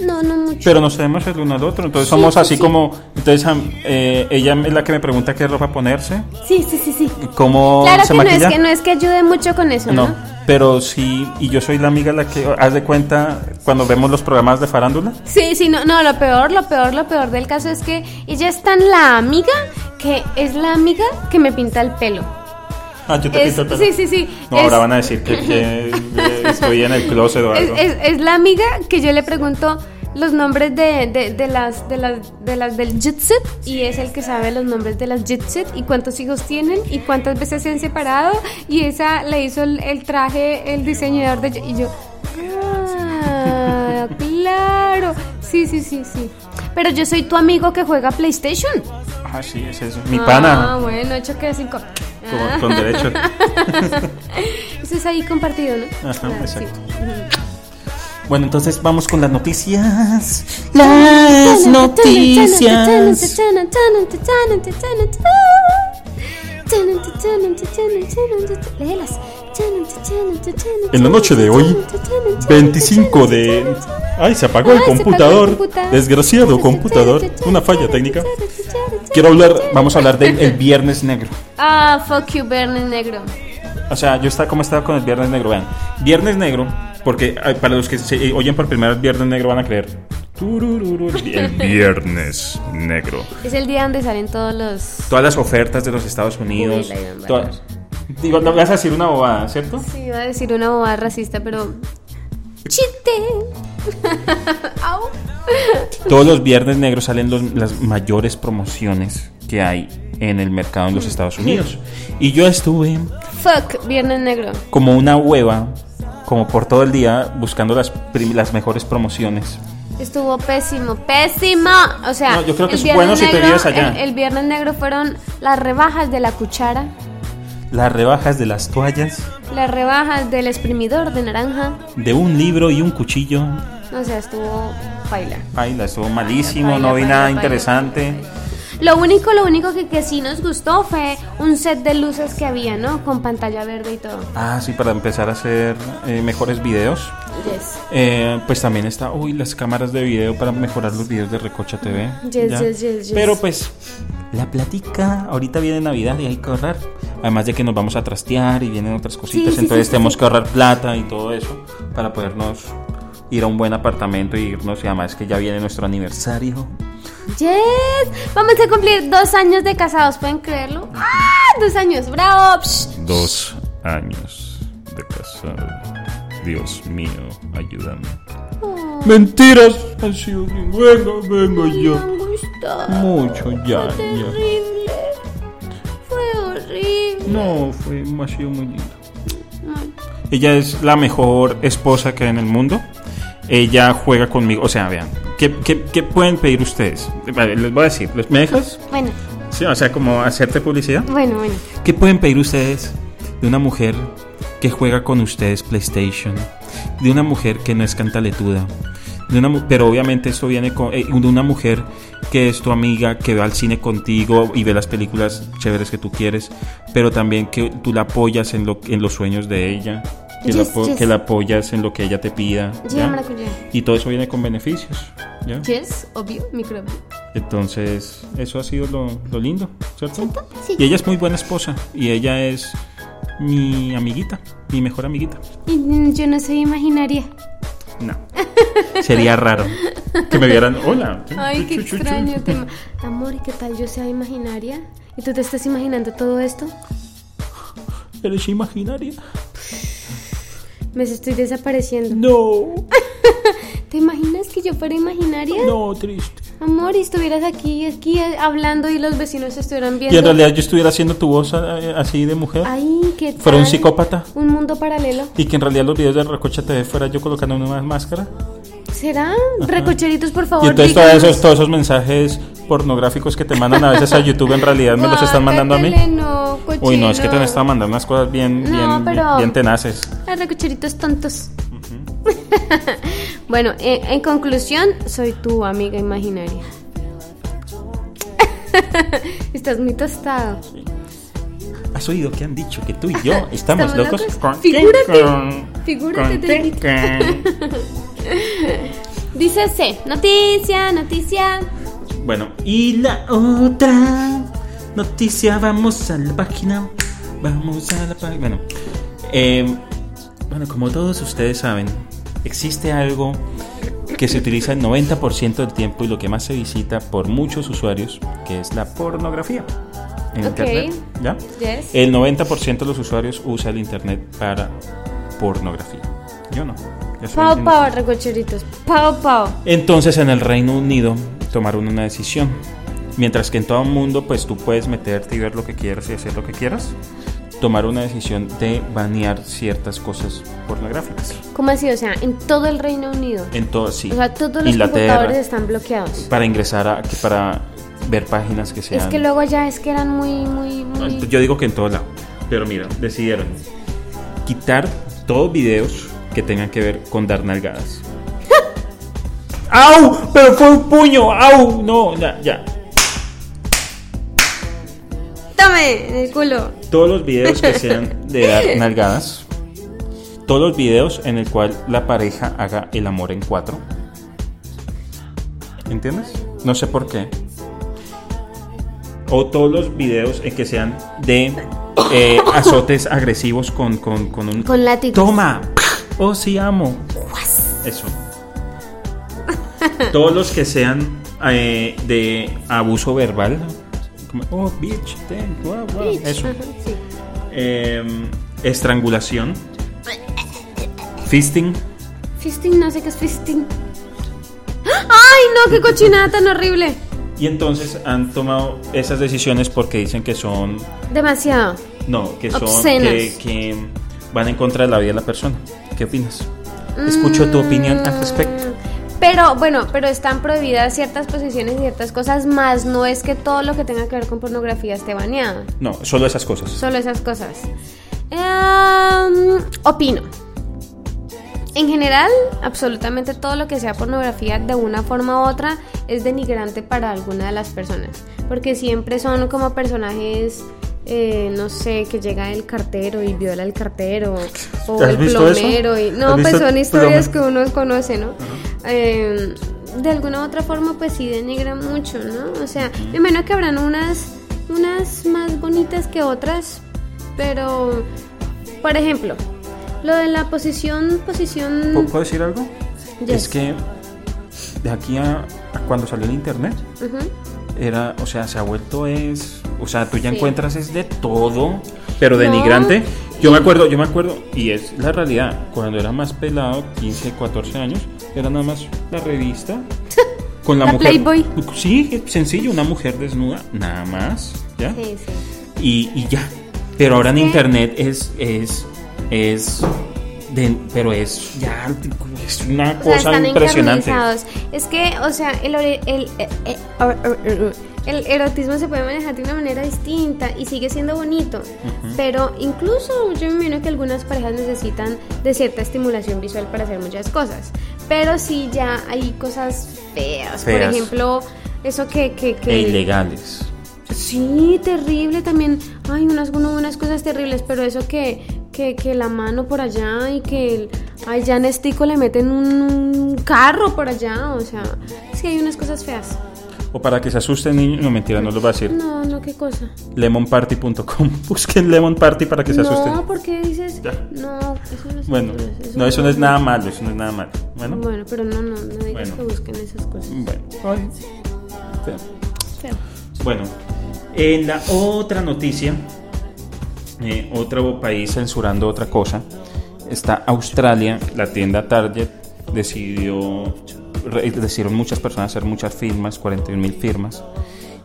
S2: no, no mucho.
S1: Pero nos sabemos el uno al otro. Entonces
S2: Sí,
S1: somos
S2: sí,
S1: así
S2: sí.
S1: como. Entonces am- eh, ella es la que me pregunta qué ropa ponerse.
S2: Sí, sí, sí, sí.
S1: ¿Cómo
S2: Claro
S1: se
S2: que no,
S1: maquilla?
S2: es que no es que ayude mucho con eso, ¿no?
S1: No, pero sí, y yo soy la amiga la que, haz de cuenta, cuando vemos los programas de farándula,
S2: Sí, sí, no, no, lo peor, lo peor, lo peor del caso es que ella es tan la amiga que es la amiga que me pinta el pelo.
S1: Ah, yo te
S2: Es-
S1: pinto el pelo.
S2: sí, sí, sí.
S1: No,
S2: Es-
S1: ahora van a decir que, que- que estoy en el closet o
S2: Es,
S1: algo.
S2: es- es la amiga que yo le pregunto los nombres de, de- de las, de, las, de las del Jitsit y es el que sabe los nombres de las Jitsit y cuántos hijos tienen y cuántas veces se han separado y esa le hizo el, el traje el diseñador de y yo ah, claro sí sí sí sí pero yo soy tu amigo que juega PlayStation
S1: Ah, sí, es eso. Mi pana,
S2: ah bueno choque de cinco
S1: con, con derecho.
S2: eso es ahí compartido no
S1: Ajá, exacto.
S2: sí.
S1: Bueno, entonces vamos con las noticias.
S4: Las noticias.
S2: Léelas.
S3: En la noche de hoy, 25 de... Ay, se apagó el
S2: Ay, se
S3: computador.
S2: apagó el computador.
S3: Desgraciado computador. Una falla técnica.
S1: Quiero hablar, vamos a hablar del el Viernes Negro.
S2: Ah, fuck you, Bernie Negro.
S1: O sea, yo estaba como estaba con el Viernes Negro, vean. Viernes Negro, porque ay, para los que se eh, oyen por primera vez Viernes Negro van a creer. Turururu, el Viernes Negro.
S2: Es el día donde salen todos los.
S1: Todas las ofertas de los Estados Unidos.
S2: Uy, la iban a
S1: Todas. Digo, no vas a decir una bobada, ¿cierto?
S2: Sí, iba a decir una bobada racista, pero. ¡Chiste! Au.
S1: Todos los Viernes Negros salen los- las mayores promociones que hay en el mercado en los Estados Unidos. Y yo estuve
S2: Fuck, Viernes Negro.
S1: como una hueva, como por todo el día, buscando las, prim- las mejores promociones.
S2: Estuvo pésimo, pésimo. O sea,
S1: No, yo creo que
S2: el
S1: es
S2: Viernes
S1: bueno si te
S2: Negro-
S1: vives allá.
S2: El, el viernes negro fueron las rebajas de la cuchara,
S1: Las rebajas de las toallas,
S2: las rebajas del exprimidor de naranja.
S1: de un libro y un cuchillo.
S2: O sea, estuvo baila.
S1: Ay, la estuvo malísimo, no vi
S2: Baila,
S1: nada
S2: baila,
S1: interesante.
S2: baila. Lo único, lo único que, que sí nos gustó fue un set de luces que había, ¿no? Con pantalla verde y todo.
S1: Ah, sí, para empezar a hacer eh, mejores videos.
S2: Yes.
S1: Eh, pues también está, uy, las cámaras de video para mejorar los videos de Recocha TV.
S2: Yes,
S1: ya.
S2: yes, yes, yes.
S1: Pero pues, la platica, ahorita viene Navidad y hay que ahorrar. Además de que nos vamos a trastear y vienen otras cositas,
S2: sí,
S1: entonces
S2: sí, sí,
S1: tenemos
S2: sí.
S1: que ahorrar plata y todo eso para podernos ir a un buen apartamento y irnos. Y además que ya viene nuestro aniversario.
S2: Yes. Vamos a cumplir dos años de casados, ¿pueden creerlo? ¡Ah! Dos años, bravo. Psh.
S3: Dos años de casado. Dios mío, ayúdame.
S1: Mentiras han sido vengo, vengo
S2: Me
S1: yo.
S2: han gustado.
S1: Mucho ya, ya.
S2: Fue terrible. Fue horrible.
S1: No, fue, ha sido muy lindo. Ella es la mejor esposa que hay en el mundo. Ella juega conmigo. O sea, vean, ¿qué, qué- qué pueden pedir ustedes? Vale, les voy a decir, ¿les- ¿me dejas?
S2: Bueno,
S1: Sí, o sea, como hacerte publicidad.
S2: bueno, bueno.
S1: ¿Qué pueden pedir ustedes de una mujer que juega con ustedes PlayStation? De una mujer que no es cantaletuda. De una, mu- pero obviamente esto viene con, eh, de una mujer que es tu amiga, que va al cine contigo y ve las películas chéveres que tú quieres, pero también que tú la apoyas en, lo, en los sueños de ella, que, la,
S2: Yes,
S1: apo-
S2: yes.
S1: que la apoyas en lo que ella te pida.
S2: Yeah,
S1: ¿ya?
S2: maracuyá.
S1: Y todo eso viene con beneficios. ¿ya?
S2: Yes, obvio, microbio.
S1: Entonces, eso ha sido lo, lo lindo, ¿cierto? Y ella es muy buena esposa y ella es mi amiguita, mi mejor amiguita.
S2: Y, mm, Yo no soy imaginaria.
S1: No. Sería raro que me vieran, hola.
S2: Ay, qué extraño tema. Amor, ¿y qué tal yo sea imaginaria? ¿Y tú te estás imaginando todo esto?
S1: ¿Eres imaginaria?
S2: Me estoy desapareciendo.
S1: No,
S2: ¿Te imaginas que yo fuera imaginaria?
S1: no, triste.
S2: Amor, y estuvieras aquí, aquí eh, hablando y los vecinos estuvieran viendo.
S1: Y en realidad yo estuviera haciendo tu voz eh, así de mujer,
S2: Ay, qué tal.
S1: fuera un psicópata.
S2: Un mundo paralelo.
S1: Y que en realidad los videos de Recocha TV fuera yo colocando una máscara.
S2: ¿Será? Recocheritos, por favor.
S1: Y entonces todos
S2: díganos.
S1: esos, todos esos mensajes pornográficos que te mandan a veces a YouTube en realidad me los están mandando a mí.
S2: Guácatele, No, todo cochino.
S1: Uy, no, es que te han estado mandando unas cosas bien,
S2: No,
S1: bien,
S2: pero-
S1: bien tenaces.
S2: Ah, recocheritos tontos. bueno, eh, en, en conclusión, soy tu amiga imaginaria. Estás muy tostado.
S1: ¿Has oído que han dicho que tú y yo estamos,
S2: ¿Estamos
S1: locos?
S2: locos?
S1: Con-
S2: Figúrate,
S1: con-
S2: figúrate,
S1: con-
S2: te invito.
S1: con-
S2: Dice C, noticia, noticia.
S1: Bueno,
S4: Y la otra noticia, vamos a la página.
S1: Vamos a la pa- Bueno, eh, bueno, como todos ustedes saben, existe algo que se utiliza el 90% del tiempo y lo que más se visita por muchos usuarios, que es la pornografía en
S2: Ok.
S1: Internet. ¿ya?
S2: Yes.
S1: El 90% de los usuarios usa el Internet para pornografía. Yo no. Yo soy
S2: Pau,
S1: inocente.
S2: pau, recocheritos. Pau, pau.
S1: Entonces en el Reino Unido tomaron una decisión. Mientras que en todo el mundo pues tú puedes meterte y ver lo que quieras y hacer lo que quieras, tomar una decisión de banear ciertas cosas pornográficas.
S2: ¿Cómo así? O sea, en todo el Reino Unido.
S1: En todo, sí.
S2: O sea, todos los computadores están bloqueados.
S1: para ingresar a que para ver páginas que sean
S2: Es que luego ya es que eran muy, muy, muy...
S1: Yo digo que en todo lado. Pero mira, decidieron quitar todos videos que tengan que ver con dar nalgadas. ¡Au! Pero fue un puño. ¡Au! No, ya, ya.
S2: ¡Tome! En el culo.
S1: Todos los videos que sean de dar nalgadas. Todos los videos en el cual la pareja haga el amor en cuatro. ¿Entiendes? No sé por qué. O todos los videos en que sean de eh, azotes agresivos con, con, con un...
S2: Con látigos.
S1: ¡Toma! ¡Oh, sí amo! Eso. Todos los que sean eh, de abuso verbal. Como, Oh, bitch, ten, wow, wow", Eso.
S2: Ajá, sí.
S1: Em, estrangulación. Fisting.
S2: Fisting, no sé qué es fisting. ¡Ay, no! ¡Qué cochinada tan horrible!
S1: Y entonces han tomado esas decisiones porque dicen que son.
S2: Demasiado.
S1: No, que son.
S2: Obscenas.
S1: Que, que van en contra de la vida de la persona. ¿Qué opinas? Escucho tu opinión al respecto.
S2: Mm. Pero bueno, pero están prohibidas ciertas posiciones y ciertas cosas, más no es que todo lo que tenga que ver con pornografía esté baneado.
S1: No, solo esas cosas.
S2: Solo esas cosas. Em, opino. En general, absolutamente todo lo que sea pornografía de una forma u otra es denigrante para alguna de las personas. Porque siempre son como personajes, eh, no sé, que llega el cartero y viola el cartero. O
S1: ¿Has
S2: el
S1: visto eso?
S2: plomero. Y,
S1: ¿Has
S2: no, pues
S1: visto
S2: son
S1: el
S2: historias
S1: plomero?
S2: que uno conoce, ¿no? Em, de alguna u otra forma, pues sí denigra mucho, ¿no? O sea, me imagino que habrán unas, unas más bonitas que otras, pero, por ejemplo, lo de la posición, posición...
S1: ¿Puedo decir algo?
S2: Yes.
S1: Es que de aquí a, a cuando salió el internet,
S2: Ujú.
S1: era, o sea, se ha vuelto es, o sea, tú ya
S2: Sí.
S1: encuentras es de todo, pero
S2: No.
S1: denigrante. Yo me acuerdo, yo me acuerdo, y es la realidad, cuando era más pelado, 15, 14 años, era nada más la revista con la,
S2: La
S1: mujer.
S2: Playboy.
S1: Sí, sencillo, una mujer desnuda, nada más, ¿ya?
S2: Sí, sí.
S1: y, y ya. Pero ahora en
S2: Sí.
S1: internet es, es, es, de- pero es ya, es una
S2: O sea,
S1: cosa
S2: están
S1: impresionante.
S2: encarnizados. Es que, o sea, el, ore- el, eh, eh, or- or- or- el erotismo se puede manejar de una manera distinta y sigue siendo bonito. Pero incluso yo me imagino que algunas parejas necesitan de cierta estimulación visual para hacer muchas cosas. Pero sí ya hay cosas feas. Por
S1: Feas.
S2: ejemplo, eso que... que, que
S1: E ilegales.
S2: Sí, terrible también. Hay unas, uno- unas cosas terribles, pero eso que, que, que la mano por allá y que el- allá en Estico le meten un, un carro por allá, o sea, es que hay unas cosas feas.
S1: O para que se asusten niños, no mentira, no lo va a decir.
S2: No, no, qué cosa.
S1: lemonparty.com. Busquen Lemon Party para que se asusten.
S2: No, porque dices,
S1: Ya.
S2: no, eso no es
S1: Bueno, no, eso no es nada malo, eso no es nada malo. Bueno, bueno.
S2: Bueno, pero no, no, no digas
S1: Bueno.
S2: que busquen esas cosas.
S1: Ay, feo. Mm. Bueno, en la otra noticia, eh, otro país censurando otra cosa, está Australia, la tienda Target decidió, re- decidieron muchas personas hacer muchas firmas, 41 mil firmas,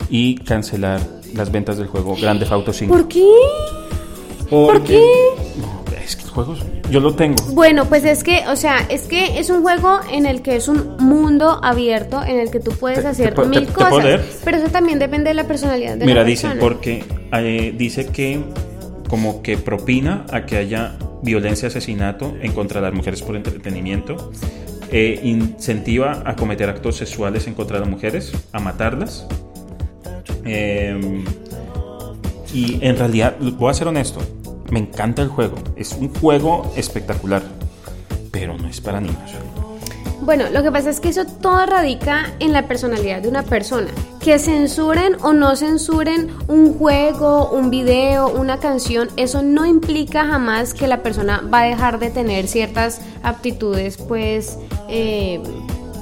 S1: y cancelar las ventas del juego Grande Auto 5.
S2: ¿Por qué?
S1: ¿Por
S2: qué?
S1: es que el juego, es- yo lo tengo.
S2: Bueno, pues es que, o sea, es que es un juego en el que es un mundo abierto en el que tú puedes
S1: Te- te
S2: hacer
S1: puedo- te-
S2: mil
S1: te puedo
S2: cosas.
S1: leer.
S2: Pero eso también depende de la personalidad de
S1: Mira,
S2: la
S1: dicen,
S2: persona.
S1: porque eh, dice que como que propina a que haya violencia, asesinato en contra de las mujeres por entretenimiento, eh, incentiva a cometer actos sexuales en contra de las mujeres, a matarlas. Eh, y en realidad, voy a ser honesto, me encanta el juego, es un juego espectacular, pero no es para niños.
S2: Bueno, lo que pasa es que eso todo radica en la personalidad de una persona. Que censuren o no censuren un juego, un video, una canción, eso no implica jamás que la persona va a dejar de tener ciertas aptitudes, pues, eh,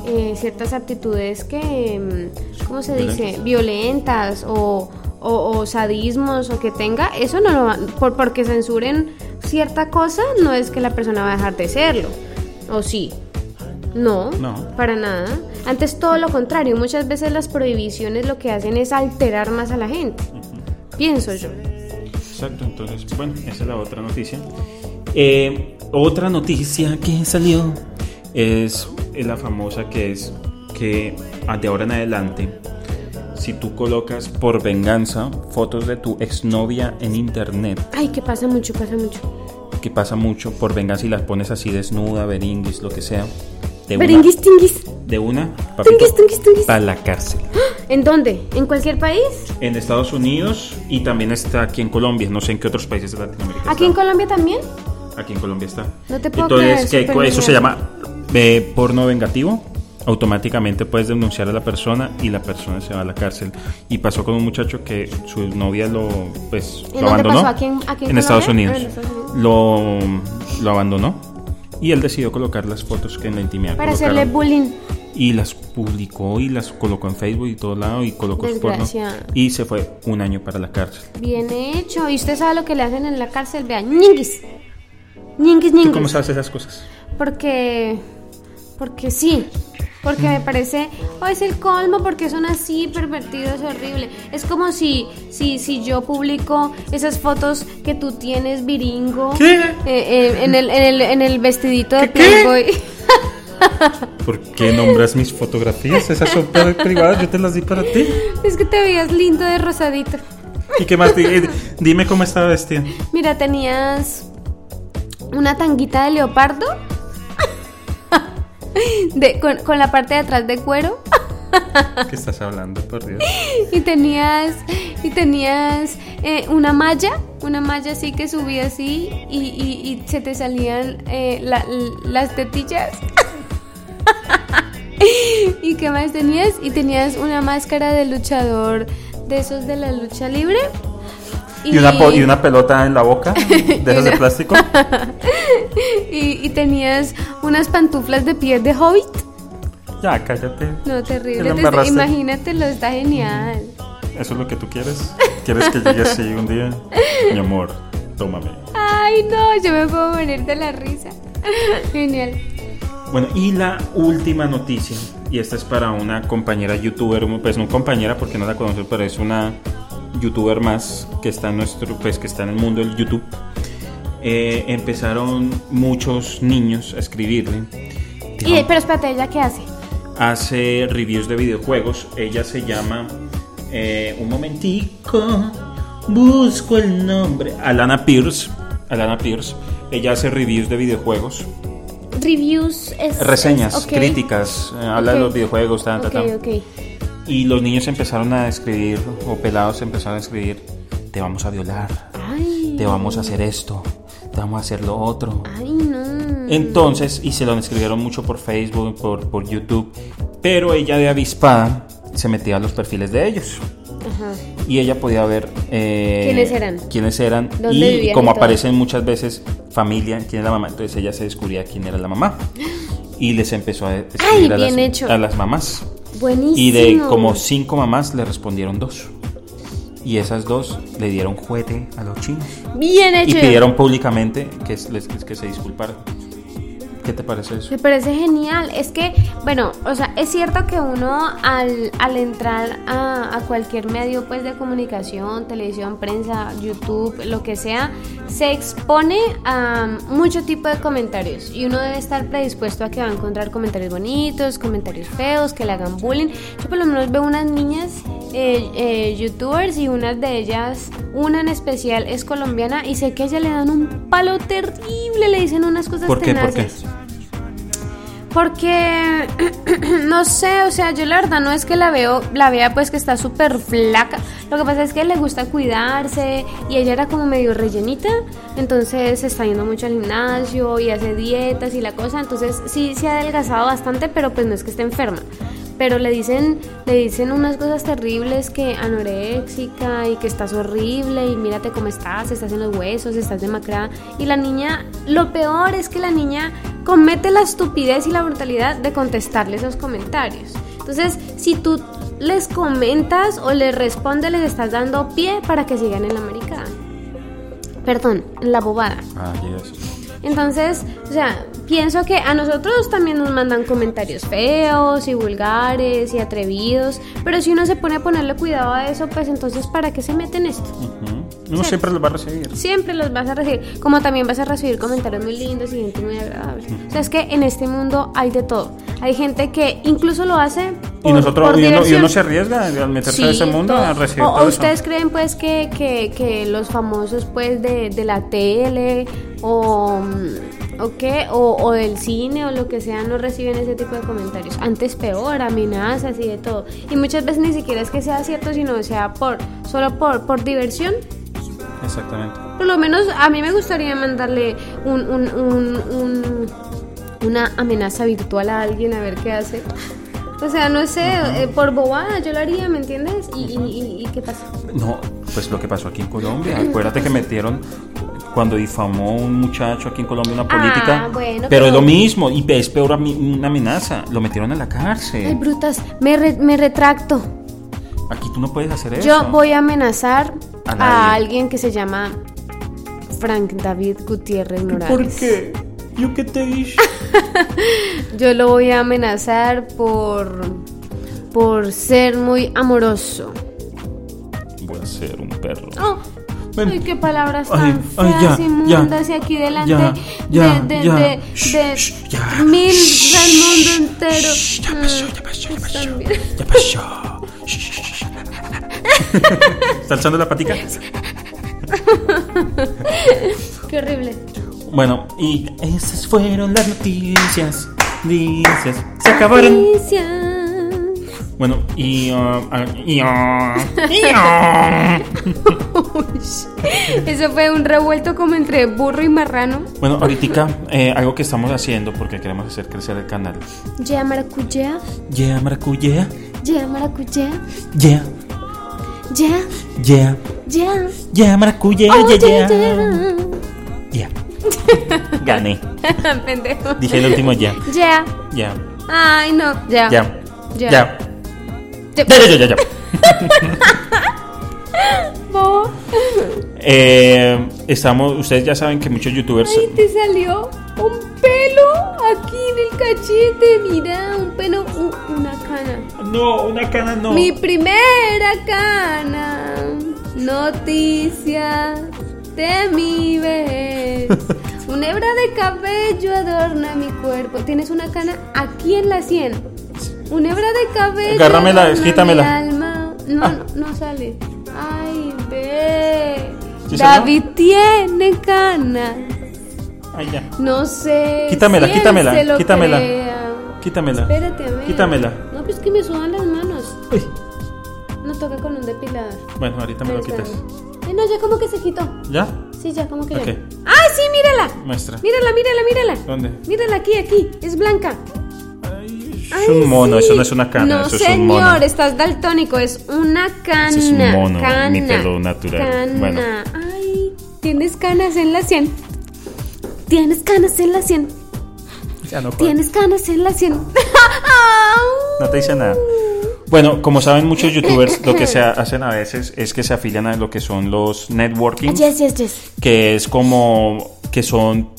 S2: eh, ciertas aptitudes que, mm, ¿cómo se dice? Violentas o, o, o sadismos o que tenga. Eso no lo va, por, porque censuren cierta cosa, no es que la persona va a dejar de serlo. ¿O sí? No,
S1: No.
S2: para nada. Antes todo lo contrario, muchas veces las prohibiciones lo que hacen es alterar más a la gente. Pienso yo.
S1: Exacto, entonces, bueno, esa es la otra noticia. Eh, otra noticia que salió es, es la famosa que es que ah, de ahora en adelante, si tú colocas por venganza fotos de tu exnovia en internet,
S2: Ay, que pasa mucho, pasa mucho.
S1: que pasa mucho por venganza y las pones así desnuda, beringuis, lo que sea, de
S2: Berenguis, tinguis.
S1: una, de una
S2: Tunguis, tunguis, tunguis.
S1: para la cárcel.
S2: ¿En dónde? ¿En cualquier país?
S1: En Estados Unidos y también está aquí en Colombia, no sé en qué otros países de Latinoamérica. está.
S2: ¿Aquí en Colombia también?
S1: Aquí en Colombia está.
S2: No te puedo
S1: Entonces,
S2: creer,
S1: ¿qué-
S2: súper
S1: eso se
S2: genial.
S1: llama eh, porno vengativo. Automáticamente puedes denunciar a la persona y la persona se va a la cárcel. Y pasó con un muchacho que su novia lo, pues,
S2: ¿En
S1: lo
S2: dónde
S1: abandonó.
S2: pasó? ¿Aquí en- aquí en Colombia?
S1: Estados Unidos.
S2: Ah, en Estados Unidos.
S1: Lo, lo abandonó y él decidió colocar las fotos que en la intimidad.
S2: Para
S1: colocaron.
S2: hacerle bullying.
S1: Y las publicó y las colocó en Facebook y todo lado y colocó su porno.
S2: Desgraciado.
S1: Y se fue un año para la cárcel.
S2: Bien hecho. ¿Y usted sabe lo que le hacen en la cárcel? Vea, ñinguis. Ñinguis,
S1: ¿Tú cómo
S2: ñinguis.
S1: sabes esas cosas?
S2: Porque. Porque sí. Porque me parece. Oh, es el colmo porque son así pervertidos, horrible. Es como si, si, si yo publico esas fotos que tú tienes, viringo.
S1: ¿Qué?
S2: eh, eh, en, el, en, el, en el vestidito de Playboy.
S1: ¿Por qué nombras mis fotografías? Esas son pri- privadas, yo te las di para ti.
S2: Es que te veías lindo de rosadito.
S1: ¿Y qué más? Di- eh, Dime cómo estaba vestida.
S2: Mira, tenías una tanguita de leopardo de- con, con la parte de atrás de cuero
S1: ¿Qué estás hablando, por Dios?
S2: y tenías y tenías eh, una malla, una malla así que subía así y, y- y se te salían eh, la- las tetillas. ¿Y qué más tenías? Y tenías una máscara de luchador de esos de la lucha libre.
S1: ¿Y una, po- y una pelota en la boca? ¿De esas de plástico?
S2: Y, y tenías unas pantuflas de pies de hobbit.
S1: Ya, cállate.
S2: No,
S1: Te
S2: terrible.
S1: la
S2: te-
S1: embarraste. Mm.
S2: imagínatelo, está genial.
S1: ¿Eso es lo que tú quieres? ¿Quieres que llegue así un día? Mi amor, tómame.
S2: Ay, no, yo me puedo morir de la risa. Genial.
S1: Bueno, y la última noticia, y esta es para una compañera youtuber, pues no compañera porque no la conozco, pero es una youtuber más que está en nuestro, pues que está en el mundo del YouTube. Eh, empezaron muchos niños a escribirle.
S2: Y, pero espérate, ¿ella qué hace?
S1: Hace reviews de videojuegos. Ella se llama eh, un momentico. Busco el nombre. Alana Pierce. Alana Pierce. Ella hace reviews de videojuegos
S2: Reviews. Es,
S1: reseñas,
S2: es- ok.
S1: críticas, eh, habla de
S2: Ok.
S1: los videojuegos, ta, ta,
S2: Ok,
S1: ta.
S2: ok.
S1: Y los niños empezaron a escribir, o pelados empezaron a escribir, te vamos a violar,
S2: Ay,
S1: te vamos a hacer esto, te vamos a hacer lo otro.
S2: ay, no.
S1: Entonces, y se lo escribieron mucho por Facebook, por, por YouTube, pero ella de avispada se metía a los perfiles de ellos.
S2: Ajá.
S1: Y ella podía ver eh,
S2: ¿Quiénes eran?
S1: quiénes eran
S2: ¿Dónde
S1: y
S2: vivían y
S1: como
S2: todo?
S1: aparecen muchas veces familia, quién es la mamá, entonces ella se descubría quién era la mamá y les empezó a escribir a,
S2: bien
S1: las,
S2: hecho.
S1: a las mamás
S2: Buenísimo.
S1: y de como cinco mamás le respondieron dos y esas dos le dieron juguete a los chinos
S2: Bien
S1: y
S2: hecho.
S1: pidieron públicamente que, es- les- que se disculparan ¿Qué te parece eso?
S2: Me parece genial. Es que, bueno, o sea, es cierto que uno al, al entrar a, a cualquier medio pues de comunicación, televisión, prensa, YouTube, lo que sea, se expone a mucho tipo de comentarios y uno debe estar predispuesto a que va a encontrar comentarios bonitos, comentarios feos, que le hagan bullying. Yo por lo menos veo unas niñas eh, eh, youtubers y una de ellas, una en especial es colombiana y sé que a ella le dan un palo terrible, le dicen unas cosas
S1: ¿Por qué? ¿Por qué?
S2: tenaces. Porque, no sé, o sea, yo la verdad no es que la veo, la vea pues que está súper flaca. Lo que pasa es que le gusta cuidarse y ella era como medio rellenita, entonces está yendo mucho al gimnasio y hace dietas y la cosa, entonces sí se ha adelgazado bastante, pero pues no es que esté enferma. Pero le dicen, le dicen unas cosas terribles que anoréxica y que estás horrible y mírate cómo estás, estás en los huesos, estás demacrada. Y la niña, lo peor es que la niña comete la estupidez y la brutalidad de contestarle esos comentarios. Entonces, si tú les comentas o les respondes, les estás dando pie para que sigan en la maricada. Perdón, en la bobada.
S1: Ah, yes.
S2: Entonces, o sea, pienso que a nosotros también nos mandan comentarios feos y vulgares y atrevidos, pero si uno se pone a ponerle cuidado a eso, pues entonces, ¿para qué se meten esto?
S1: Ujú. Uno siempre lo va a recibir.
S2: Siempre los vas a recibir, como también vas a recibir comentarios muy lindos y gente muy agradable. O sea, es que en este mundo hay de todo. Hay gente que incluso lo hace por,
S1: y nosotros
S2: por
S1: y uno, y
S2: diversión.
S1: uno se arriesga al meterse
S2: Sí,
S1: en ese mundo
S2: todo.
S1: a recibir
S2: o, o
S1: todo eso.
S2: ustedes creen pues que, que- que los famosos pues de, de la tele o, mm, o qué o, o del cine o lo que sea no reciben ese tipo de comentarios antes peor amenazas y de todo y muchas veces ni siquiera es que sea cierto sino sea por solo por por diversión
S1: Exactamente.
S2: por lo menos a mí me gustaría mandarle un, un- un- un- una amenaza virtual a alguien a ver qué hace. O sea, no sé, eh, por bobada yo lo haría, ¿me entiendes? ¿Y, y- y- y qué pasa?
S1: No, pues lo que pasó aquí en Colombia. Acuérdate que metieron cuando difamó un muchacho aquí en Colombia una
S2: Ah,
S1: política.
S2: bueno,
S1: pero es
S2: pero-
S1: lo mismo y es peor ami- una amenaza. Lo metieron a la
S2: Ay,
S1: cárcel.
S2: brutas, me, re- me retracto.
S1: Aquí tú no puedes hacer eso.
S2: Yo voy a amenazar
S1: A nadie.
S2: a, alguien que se llama Frank David Gutiérrez Morales.
S1: ¿Por qué? ¿Yo qué te dije?
S2: Yo lo voy a amenazar por, por ser muy amoroso.
S1: Voy a ser un perro.
S2: Oh,
S1: Ven.
S2: Ay, qué palabras
S1: Ay,
S2: tan
S1: ay, ya,
S2: feas,
S1: ya,
S2: inmundas, y aquí delante
S1: ya, ya,
S2: de, de,
S1: ya.
S2: de-
S1: Shh,
S2: de
S1: shh, ya.
S2: mil del mundo entero.
S1: Ya pasó, ya pasó, ya
S2: Mm,
S1: pasó.
S2: están bien.
S1: Ya pasó. ¿Está alzando la patica?
S2: Mm, Qué horrible.
S1: Bueno, y esas fueron las noticias. Noticias. Se acabaron.
S2: Noticias.
S1: Bueno, y. ah, ah, y, ah, y, ah.
S2: Uy, Eso fue un revuelto como entre burro y marrano.
S1: bueno, ahorita eh, algo que estamos haciendo porque queremos hacer crecer el canal.
S2: Ya maracuyá,
S1: Yeah, maracuyá.
S2: ya maracuyá,
S1: Yeah,
S2: ya,
S1: yeah.
S2: ya.
S1: Yeah, maracuyá,
S2: Oh,
S1: yeah,
S2: ya,
S1: yeah.
S2: ya.
S1: Yeah. Gané.
S2: Pendejo.
S1: Dije el último ya.
S2: Ya.
S1: Ya.
S2: Ay, no. Ya.
S1: Ya. Ya.
S2: Ya.
S1: Ya,
S2: Ya.
S1: ya, ya, ya. ya.
S2: Bobo.
S1: Eh, estamos, ustedes ya saben que muchos youtubers.
S2: Ay, te salió un pelo aquí en el cachete, mira, un pelo, u- una cana.
S1: No, una cana no.
S2: Mi primera cana, noticia de mi vez. Una hebra de cabello adorna mi cuerpo. Tienes una cana aquí en la sien. Una hebra de cabello.
S1: Agárramela, Ah.
S2: adorna mi
S1: quítamela.
S2: alma. No, no, no sale. Ay, ve.
S1: ¿Sí salió?
S2: David tiene cana.
S1: Ay, ya.
S2: No sé.
S1: Quítamela,
S2: si él
S1: quítamela,
S2: se lo
S1: quítamela.
S2: crea.
S1: Quítamela.
S2: Espérate, a ver.
S1: Quítamela.
S2: No, pues que me sudan las manos.
S1: Uy.
S2: No toca con un depilador.
S1: Bueno, ahorita me lo
S2: Espera,
S1: quitas.
S2: espérame. Ay, no, ya como que se quitó.
S1: ¿Ya?
S2: Sí, ya como que ya.
S1: Ok.
S2: ¡Ay, sí, mírala!
S1: Muestra.
S2: Mírala, mírala, mírala.
S1: ¿Dónde?
S2: Mírala aquí, aquí. Es blanca.
S1: Ay,
S2: Ay,
S1: es un mono,
S2: sí.
S1: eso no es una cana,
S2: No,
S1: eso
S2: señor,
S1: es un mono.
S2: estás daltónico, es una cana.
S1: Eso es un mono,
S2: cana,
S1: mi pelo natural.
S2: Cana.
S1: Bueno.
S2: Ay, tienes canas en la sien. Tienes canas en la sien.
S1: Ya no, puedo.
S2: Tienes canas en la sien.
S1: No te dice nada. Bueno, como saben muchos youtubers, lo que se hacen a veces es que se afilian a lo que son los networking,
S2: yes, yes, yes.
S1: que es como que son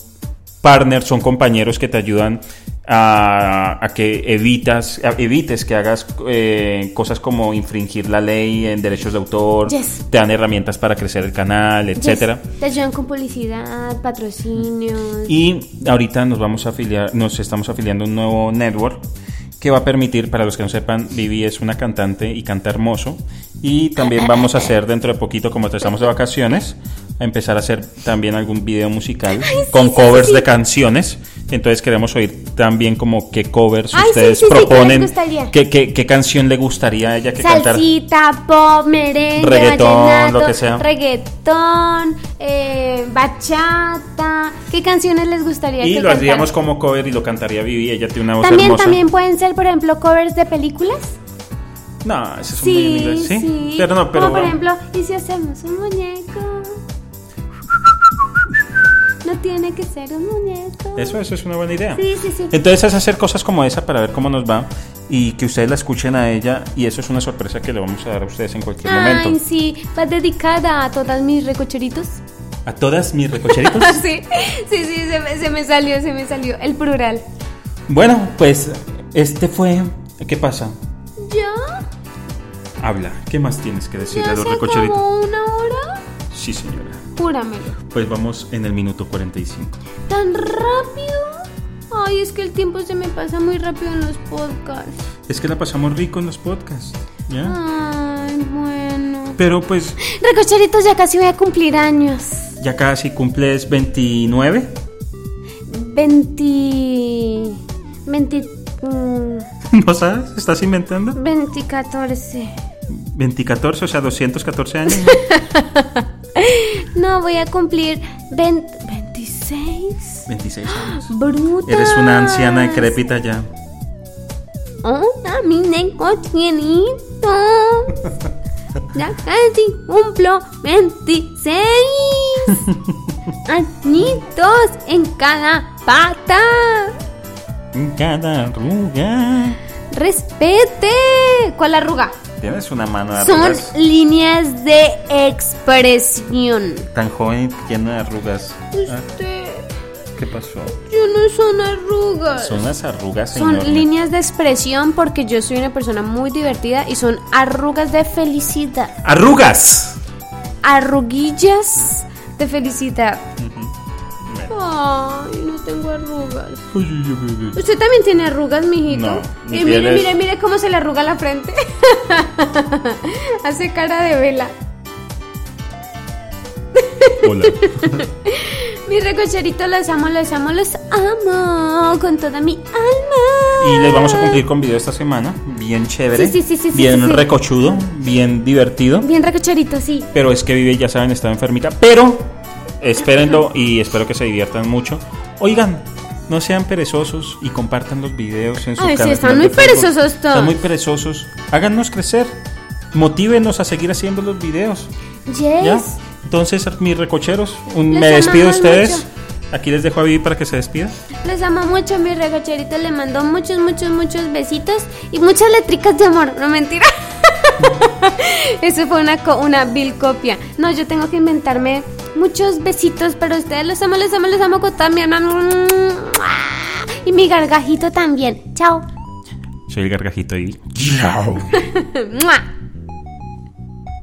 S1: partners, son compañeros que te ayudan a, a que evitas, a- evites que hagas eh, cosas como infringir la ley en derechos de autor,
S2: Yes.
S1: te dan herramientas para crecer el canal, etcétera.
S2: Yes, Te ayudan con publicidad, patrocinios.
S1: Y ahorita nos vamos a afiliar, nos estamos afiliando a un nuevo network que va a permitir, para los que no sepan, Vivi es una cantante y canta hermoso. Y también vamos a hacer dentro de poquito, como estamos de vacaciones, a empezar a hacer también algún video musical con covers de canciones. Entonces queremos oír también como qué covers
S2: Ay, sí,
S1: ustedes
S2: sí, sí, ¿qué les
S1: proponen,
S2: gustaría?
S1: qué, qué- qué canción le gustaría a ella que cantar.
S2: Salsita, pop, merengue,
S1: Reggaetón,
S2: vallenato,
S1: lo que sea.
S2: reggaetón, eh, bachata. ¿Qué canciones les gustaría
S1: Y
S2: que
S1: lo haríamos
S2: cantaran?
S1: como cover y lo cantaría Vivi. Ella tiene una voz
S2: También,
S1: hermosa.
S2: también pueden ser, por ejemplo, covers de películas.
S1: No, ese es un
S2: Sí,
S1: video,
S2: sí.
S1: Pero no, pero
S2: Como por ejemplo, ¿y si hacemos un muñeco? No tiene que ser un muñeco.
S1: Eso, eso es una buena idea.
S2: Sí, sí, sí.
S1: Entonces es hacer cosas como esa para ver cómo nos va y que ustedes la escuchen a ella y eso es una sorpresa que le vamos a dar a ustedes en cualquier
S2: Ay,
S1: momento.
S2: sí, va dedicada a todas mis recocheritos.
S1: A todas mis recocheritos.
S2: sí, sí, sí, se me, se me salió, se me salió el plural.
S1: bueno, pues este fue... ¿Qué pasa?
S2: ¿Yo?
S1: Habla. ¿Qué más tienes que decirle
S2: ¿Ya
S1: a los
S2: se
S1: recocheritos?
S2: acabó una hora?
S1: Sí, señora.
S2: Júramelo.
S1: Pues vamos en el minuto 45.
S2: ¿Tan rápido? Ay, es que el tiempo se me pasa muy rápido en los podcasts.
S1: Es que la pasamos rico en los podcasts, ¿ya?
S2: Ay, bueno.
S1: Pero pues
S2: Recocheritos, ya casi voy a cumplir años.
S1: ya casi cumples 29.
S2: 20... 20... mm,
S1: ¿No sabes? ¿Estás inventando?
S2: 2014.
S1: 2014, o sea, 214 años.
S2: No, voy a cumplir 20, 26.
S1: 26 años.
S2: Bruta.
S1: Eres una anciana decrépita ya.
S2: Oh, a mí tengo tienito. Ya casi cumplo 26 añitos en cada pata.
S1: En cada arruga.
S2: Respete. ¿Cuál arruga?
S1: Tienes una mano de
S2: Son
S1: arrugas.
S2: líneas de expresión.
S1: Tan joven, llena de arrugas. Ah,
S2: Usted,
S1: ¿Qué pasó?
S2: yo no son arrugas.
S1: Son las arrugas,
S2: Son
S1: señor.
S2: líneas de expresión porque yo soy una persona muy divertida y son arrugas de felicidad.
S1: ¡Arrugas!
S2: arruguillas de felicidad. Ay, no tengo arrugas. Usted también tiene arrugas, mijito.
S1: No, mi
S2: y
S1: piel
S2: mire,
S1: es-
S2: mire, mire cómo se le arruga la frente. Hace cara de vela.
S1: Hola.
S2: Mis recocheritos, los amo, los amo, los amo. Con toda mi alma.
S1: Y les vamos a cumplir con video esta semana. Bien chévere.
S2: Sí, sí, sí, sí, sí,
S1: bien
S2: sí, sí.
S1: recochudo. Bien divertido.
S2: Bien, recocheritos, sí.
S1: Pero es que vive, ya saben, está enfermita. Pero espérenlo y espero que se diviertan mucho. Oigan, no sean perezosos y compartan los videos en sus
S2: Ay, sí,
S1: canales
S2: están
S1: de
S2: muy
S1: Facebook.
S2: perezosos todos.
S1: Están muy perezosos. Háganos crecer. Motívenos a seguir haciendo los videos.
S2: Yes.
S1: ¿Ya? Entonces, mis recocheros, un-
S2: Les
S1: me despido de
S2: amamos
S1: ustedes.
S2: mucho.
S1: Aquí les dejo a Vivi para que se despida.
S2: Los amo mucho, mis recocheritos. Le mando muchos, muchos, muchos besitos y muchas letricas de amor. No mentira. Eso fue una, co- una vil copia. No, yo tengo que inventarme muchos besitos para ustedes. Los amo, los amo, los amo con toda mi alma. Y mi gargajito también. Chao.
S1: Soy el gargajito y...
S2: Mua.